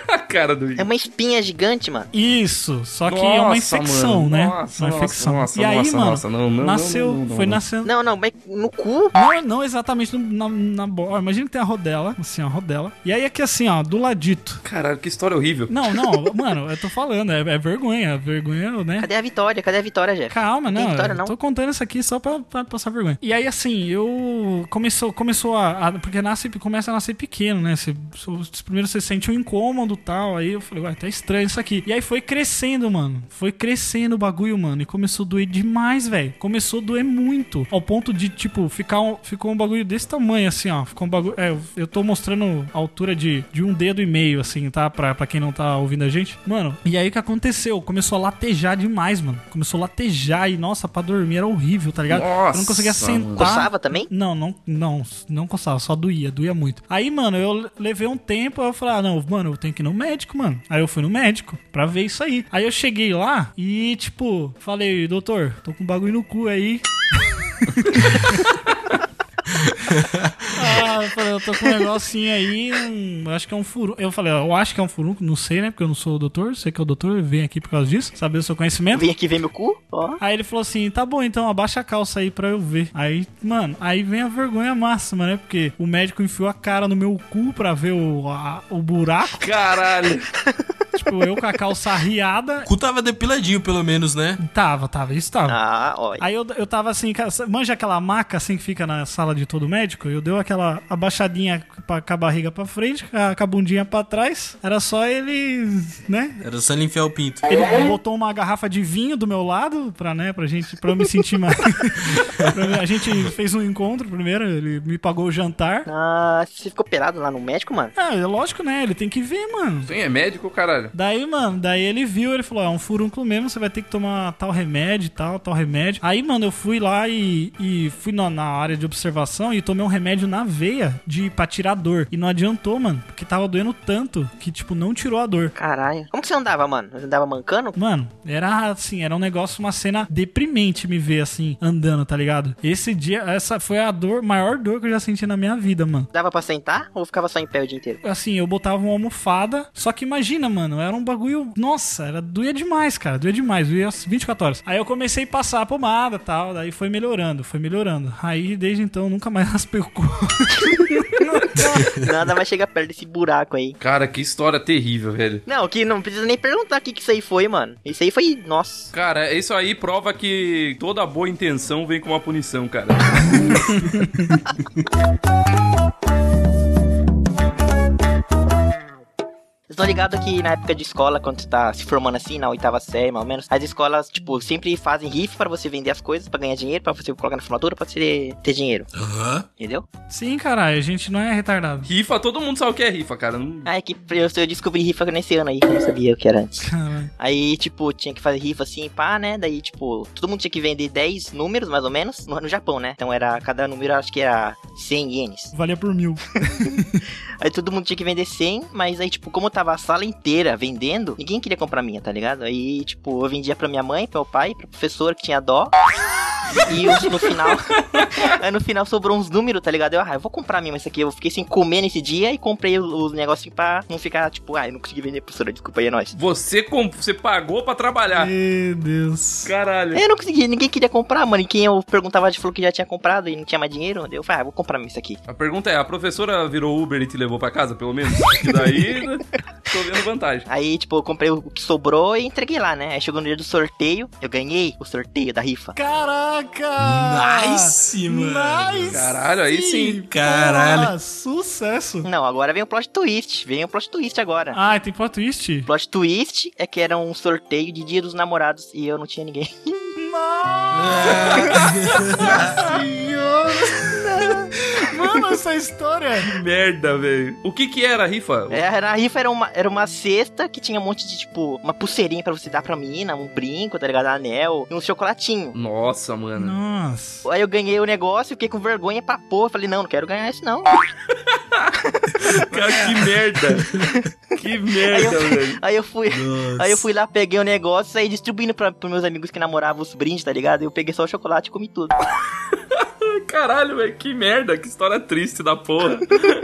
Speaker 3: A cara do
Speaker 4: É uma espinha gigante, mano.
Speaker 1: Isso, só que é uma
Speaker 3: Nossa,
Speaker 1: infecção,
Speaker 3: mano.
Speaker 1: né?
Speaker 3: Nossa,
Speaker 1: uma
Speaker 3: nossa,
Speaker 1: infecção.
Speaker 3: nossa,
Speaker 1: e aí,
Speaker 3: nossa,
Speaker 1: mano,
Speaker 3: nossa, não, não,
Speaker 1: nasceu,
Speaker 3: não, não, não,
Speaker 1: foi
Speaker 3: não.
Speaker 1: nascendo.
Speaker 4: Não, não, mas no cu?
Speaker 1: Não, não exatamente no- na, na bola. Imagina que tem a rodela, assim, a rodela. E aí aqui assim, ó, do ladito.
Speaker 3: Caralho, que história horrível.
Speaker 1: Não, não, mano, eu tô falando, é, é vergonha, vergonha, né?
Speaker 4: Cadê a vitória? Cadê a vitória, Jeff?
Speaker 1: Calma, não,
Speaker 4: Tem vitória,
Speaker 1: eu
Speaker 4: não?
Speaker 1: tô contando isso aqui só pra, pra passar vergonha. E aí, assim, eu... Começou, começou a... a- porque nasce, começa a nascer pequeno, né? Você, você- primeiro você sente um incômodo e tal, aí eu falei, ué, tá estranho isso aqui. E aí foi crescendo, mano. Foi crescendo o bagulho, mano, e começou a doer demais, velho. Começou a doer muito, ao ponto de, tipo, ficar um, ficou um bagulho desse tamanho, assim, ó. Ficou um bagulho... É, eu- eu tô mostrando a altura de, de um dedo e meio, assim, tá? Pra, pra quem não tá ouvindo a gente. Mano, e aí o que aconteceu? Começou a latejar demais, mano. Começou a latejar e, nossa, pra dormir era horrível, tá ligado? eu não
Speaker 3: Nossa,
Speaker 1: conseguia
Speaker 3: mano.
Speaker 1: sentar.
Speaker 4: Coçava também?
Speaker 1: Não, não, não, não coçava, só doía, doía muito. Aí, mano, eu levei um tempo, aí eu falei, ah, não, mano, eu tenho que ir no médico, mano. Aí eu fui no médico pra ver isso aí. Aí eu cheguei lá e, tipo, falei, doutor, tô com um bagulho no cu aí. Ah, eu falei, eu tô com um negocinho aí, um- eu acho que é um furúnculo. Eu falei, eu acho que é um furúnculo, não sei, né, porque eu não sou o doutor, sei que é o doutor, vem aqui por causa disso, saber o seu conhecimento.
Speaker 4: Vem aqui ver meu cu? Ó.
Speaker 1: Aí ele falou assim: tá bom, então abaixa a calça aí pra eu ver. Aí, mano, aí vem a vergonha máxima, né? Porque o médico enfiou a cara no meu cu pra ver o, a- o buraco.
Speaker 3: Caralho.
Speaker 1: tipo, eu com a calça arriada.
Speaker 2: O cu tava depiladinho, pelo menos, né?
Speaker 1: Tava, tava, isso tava.
Speaker 4: Ah, olha.
Speaker 1: Aí eu, eu tava assim, ca- manja aquela maca assim que fica na sala de todo médico? Eu dei aquela abaixadinha pra, com a barriga pra frente, com a, com a bundinha pra trás. Era só ele, né?
Speaker 2: Era só ele enfiar o pinto.
Speaker 1: Ele botou uma garrafa de vinho do meu lado pra, né, pra gente, pra eu me sentir mais. Pra- a gente fez um encontro primeiro, ele me pagou o jantar.
Speaker 4: Ah, você ficou pelado lá no médico, mano?
Speaker 1: Ah, é lógico, né? Ele tem que ver, mano.
Speaker 3: Quem é médico, caralho?
Speaker 1: Daí, mano, daí ele viu, ele falou: "Ó, é um furúnculo mesmo, você vai ter que tomar tal remédio, e tal, tal remédio. Aí, mano, eu fui lá e, e fui na, na área de observação e tomei um remédio na veia de, pra tirar dor. E não adiantou, mano, porque tava doendo tanto que, tipo, não tirou a dor.
Speaker 4: Caralho. Como que você andava, mano? Você andava mancando?
Speaker 1: Mano, era assim, era um negócio, uma cena deprimente me ver assim, andando, tá ligado? Esse dia, essa foi a dor, maior dor que eu já senti na minha vida, mano.
Speaker 4: Dava pra sentar ou ficava só em pé o dia inteiro?
Speaker 1: Assim, eu botava uma almofada, só que imagina, mano, era um bagulho. Nossa, era doía demais, cara, doía demais, doía as 24 horas. Aí eu comecei a passar a pomada tal, daí foi melhorando, foi melhorando. Aí desde então eu nunca mais raspei o cu.
Speaker 4: Nada vai chegar perto desse buraco aí.
Speaker 3: Cara, que história terrível, velho.
Speaker 4: Não, que não precisa nem perguntar o que, que isso aí foi, mano. Isso aí foi. Nossa.
Speaker 3: Cara, isso aí prova que toda boa intenção vem com uma punição, cara.
Speaker 4: Vocês estão ligados que na época de escola, quando você tá se formando assim, na oitava série, mais ou menos, as escolas, tipo, sempre fazem rifa pra você vender as coisas, pra ganhar dinheiro, pra você colocar na formatura, pra você ter dinheiro,
Speaker 3: Ah,
Speaker 2: Aham.
Speaker 4: entendeu?
Speaker 1: Sim, caralho, a gente não é retardado.
Speaker 3: Rifa, todo mundo sabe o que é rifa, cara. Não-
Speaker 4: Ah, é que eu eu descobri rifa nesse ano aí, que eu não sabia o que era antes.
Speaker 1: Caralho.
Speaker 4: Aí, tipo, tinha que fazer rifa assim, pá, né? Daí, tipo, todo mundo tinha que vender 10 números, mais ou menos, no, no Japão, né? Então era, cada número acho que era 100 ienes.
Speaker 1: Valia por mil.
Speaker 4: Aí todo mundo tinha que vender 100, mas aí, tipo, como tava a sala inteira vendendo, ninguém queria comprar minha, tá ligado? Aí, tipo, eu vendia pra minha mãe, pro meu pai, pra professora que tinha dó. E eu, no final. aí no final sobrou uns números, tá ligado? Eu, ah, eu vou comprar mesmo isso aqui. Eu fiquei sem comer nesse dia e comprei o, o negocinho pra não ficar, tipo, ah, eu não consegui vender, professora, desculpa aí, é nóis.
Speaker 3: Você, comp... você pagou pra trabalhar.
Speaker 1: Meu Deus.
Speaker 3: Caralho.
Speaker 4: Eu não consegui, ninguém queria comprar, mano. E quem eu perguntava de falou que já tinha comprado e não tinha mais dinheiro. Eu falei, ah, vou comprar mesmo isso aqui.
Speaker 3: A pergunta é, a professora virou Uber e te levou pra casa, pelo menos? Que daí, né, tô vendo vantagem.
Speaker 4: Aí, tipo, eu comprei o que sobrou e entreguei lá, né? Aí chegou no dia do sorteio, eu ganhei o sorteio da rifa.
Speaker 1: Caraca!
Speaker 2: Nice, mano.
Speaker 1: Nice!
Speaker 3: Caralho, aí sim.
Speaker 2: Caralho.
Speaker 1: Ah, sucesso!
Speaker 4: Não, agora vem o plot twist. Vem o plot twist agora.
Speaker 1: Ah, tem plot twist?
Speaker 4: O plot twist é que era um sorteio de dia dos namorados e eu não tinha ninguém.
Speaker 2: É,
Speaker 1: Senhora! Mano, essa história!
Speaker 3: Que merda, velho. O que que era a rifa?
Speaker 4: É, Era, a rifa era uma, era uma cesta que tinha um monte de, tipo, uma pulseirinha pra você dar pra menina, um brinco, tá ligado? Anel e um chocolatinho.
Speaker 3: Nossa, mano.
Speaker 1: Nossa!
Speaker 4: Aí eu ganhei o negócio, fiquei com vergonha pra porra. Falei, não, não quero ganhar isso não.
Speaker 3: Cara, que merda. Que merda, velho.
Speaker 4: Aí eu fui.
Speaker 2: Nossa.
Speaker 4: Aí eu fui lá, peguei o negócio e saí distribuindo pra, pros meus amigos que namoravam os brindes, tá ligado? Eu peguei só o chocolate e comi tudo.
Speaker 3: Caralho, velho. Que merda. Que história triste da porra.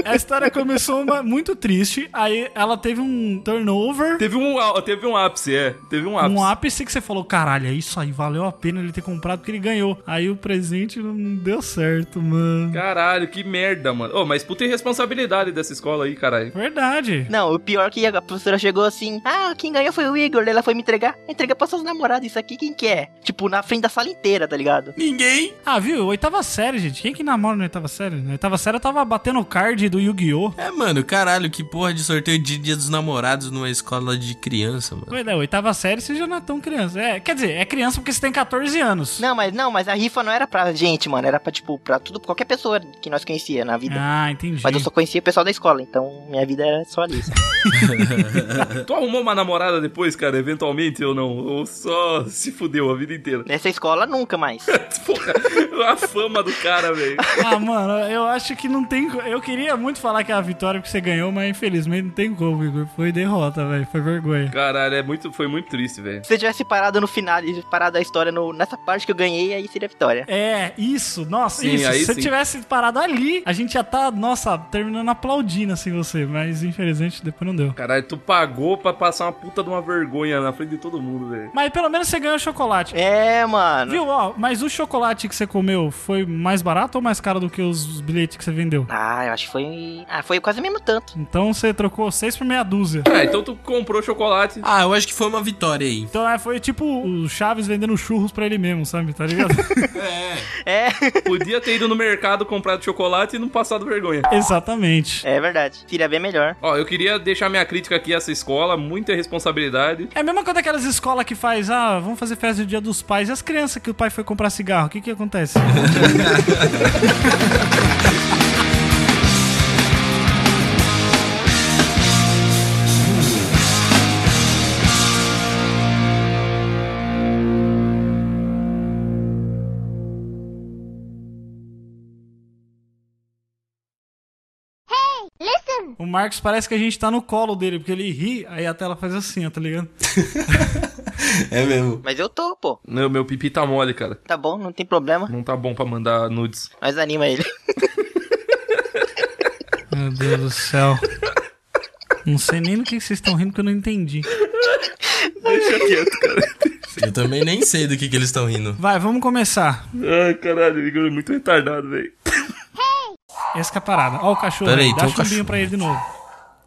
Speaker 1: A história começou uma- muito triste, aí ela teve um turnover,
Speaker 3: Teve um, á- teve um ápice, é. Teve um ápice.
Speaker 1: um ápice que você falou: caralho, é isso aí, valeu a pena ele ter comprado porque ele ganhou. Aí o presente não deu certo, mano.
Speaker 3: Caralho, que merda, mano. Ô, mas puta irresponsabilidade dessa escola aí, caralho.
Speaker 1: Verdade.
Speaker 4: Não, o pior é que a professora chegou assim: Ah, quem ganhou foi o Igor. Daí Ela foi me entregar. Entrega pra seus namorados isso aqui, quem que é? Tipo, na frente da sala inteira, tá ligado?
Speaker 2: Ninguém.
Speaker 1: Ah, viu? Oitava série, gente. Quem que namora na oitava série? Na oitava série eu tava batendo o card do Yu-Gi-Oh!
Speaker 2: É, mano, caralho, que porra de sorteio de dia dos namorados numa escola de criança, mano.
Speaker 1: Pois é, oitava série você já não é tão criança. É, quer dizer, é criança porque você tem 14 anos.
Speaker 4: Não, mas não, mas a rifa não era pra gente, mano. Era pra, tipo, pra tudo, qualquer pessoa que nós conhecia na vida.
Speaker 1: Ah, entendi.
Speaker 4: Mas eu só conhecia o pessoal da escola, então minha vida era só ali. sabe?
Speaker 3: Tu arrumou uma namorada depois, cara, eventualmente ou não? Ou só se fudeu a vida inteira?
Speaker 4: Nessa escola, nunca mais.
Speaker 3: Porra, a fama do cara, velho.
Speaker 1: Ah, mano, eu acho que não tem. co- Eu queria muito falar que é a vitória que você ganhou, mas infelizmente não tem como, Igor. Foi derrota, velho. Foi vergonha.
Speaker 3: Caralho, é muito, foi muito triste, velho.
Speaker 4: Se você tivesse parado no final, parado a história no- nessa parte que eu ganhei, aí seria a vitória.
Speaker 1: É, isso, nossa,
Speaker 3: Sim,
Speaker 1: isso.
Speaker 3: aí
Speaker 1: Se você
Speaker 3: sim.
Speaker 1: tivesse parado ali, a gente já tá, nossa, terminando aplaudindo assim você, mas infelizmente depois não deu.
Speaker 3: Caralho, tu pagou pra passar uma puta de uma vergonha na frente de todo mundo, velho.
Speaker 1: Mas pelo menos você ganhou o chocolate.
Speaker 4: É, mano.
Speaker 1: Viu, ó, mas o chocolate que você comeu foi mais barato ou mais caro do que os bilhetes que você vendeu?
Speaker 4: Ah, eu acho que foi. Ah, foi quase o mesmo tanto.
Speaker 1: Então você trocou seis por meia dúzia.
Speaker 3: Ah, então tu comprou chocolate.
Speaker 2: Ah, eu acho que foi uma vitória aí.
Speaker 1: Então é, foi tipo o Chaves vendendo churros pra ele mesmo, sabe? Tá ligado?
Speaker 4: É,
Speaker 3: Podia ter ido no mercado, comprado chocolate e não passado vergonha.
Speaker 1: Exatamente.
Speaker 4: é verdade. Seria bem melhor.
Speaker 3: Ó, eu queria deixar minha crítica aqui a essa escola, muita responsabilidade.
Speaker 1: É a mesma coisa daquelas escolas que faz, ah, vamos fazer festa do dia dos pais. E as crianças que o pai foi comprar cigarro, o que que acontece? O Marcos parece que a gente tá no colo dele, porque ele ri, aí a tela faz assim, ó, tá ligado?
Speaker 2: É mesmo.
Speaker 4: Mas eu tô, pô.
Speaker 3: Meu, meu pipi tá mole, cara.
Speaker 4: Tá bom, não tem problema.
Speaker 3: Não tá bom pra mandar nudes.
Speaker 4: Nós anima ele.
Speaker 1: Meu Deus do céu. Não sei nem do que vocês estão rindo, que eu não entendi.
Speaker 3: Deixa quieto, cara.
Speaker 2: Eu também nem sei do que, que eles estão rindo.
Speaker 1: Vai, vamos começar.
Speaker 3: Ai, caralho, o Igor é muito retardado, velho.
Speaker 1: Essa que é a parada. Ó o cachorro,
Speaker 2: Peraí,
Speaker 1: aí, dá
Speaker 2: tem um
Speaker 1: chumbinho
Speaker 2: cachorro.
Speaker 1: pra ele de novo.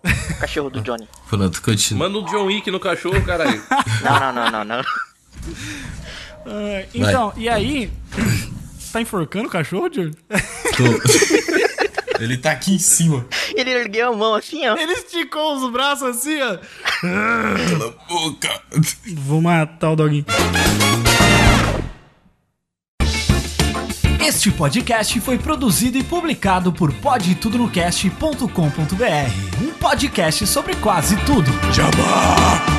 Speaker 4: O cachorro do Johnny.
Speaker 2: Pronto, continua.
Speaker 3: Manda um John Wick no cachorro, caralho.
Speaker 4: Não, não, não, não, não.
Speaker 7: É,
Speaker 1: Ah, então, e aí... Você tá enforcando o cachorro, Júlio?
Speaker 2: Tô- Ele tá aqui em cima.
Speaker 4: Ele ergueu a mão assim, ó.
Speaker 7: Ele esticou os braços assim, ó.
Speaker 2: Cala a boca.
Speaker 7: Vou matar o doguinho.
Speaker 1: Este podcast foi produzido e publicado por podtudonocast.com.br, um podcast sobre quase tudo.
Speaker 2: Jabá!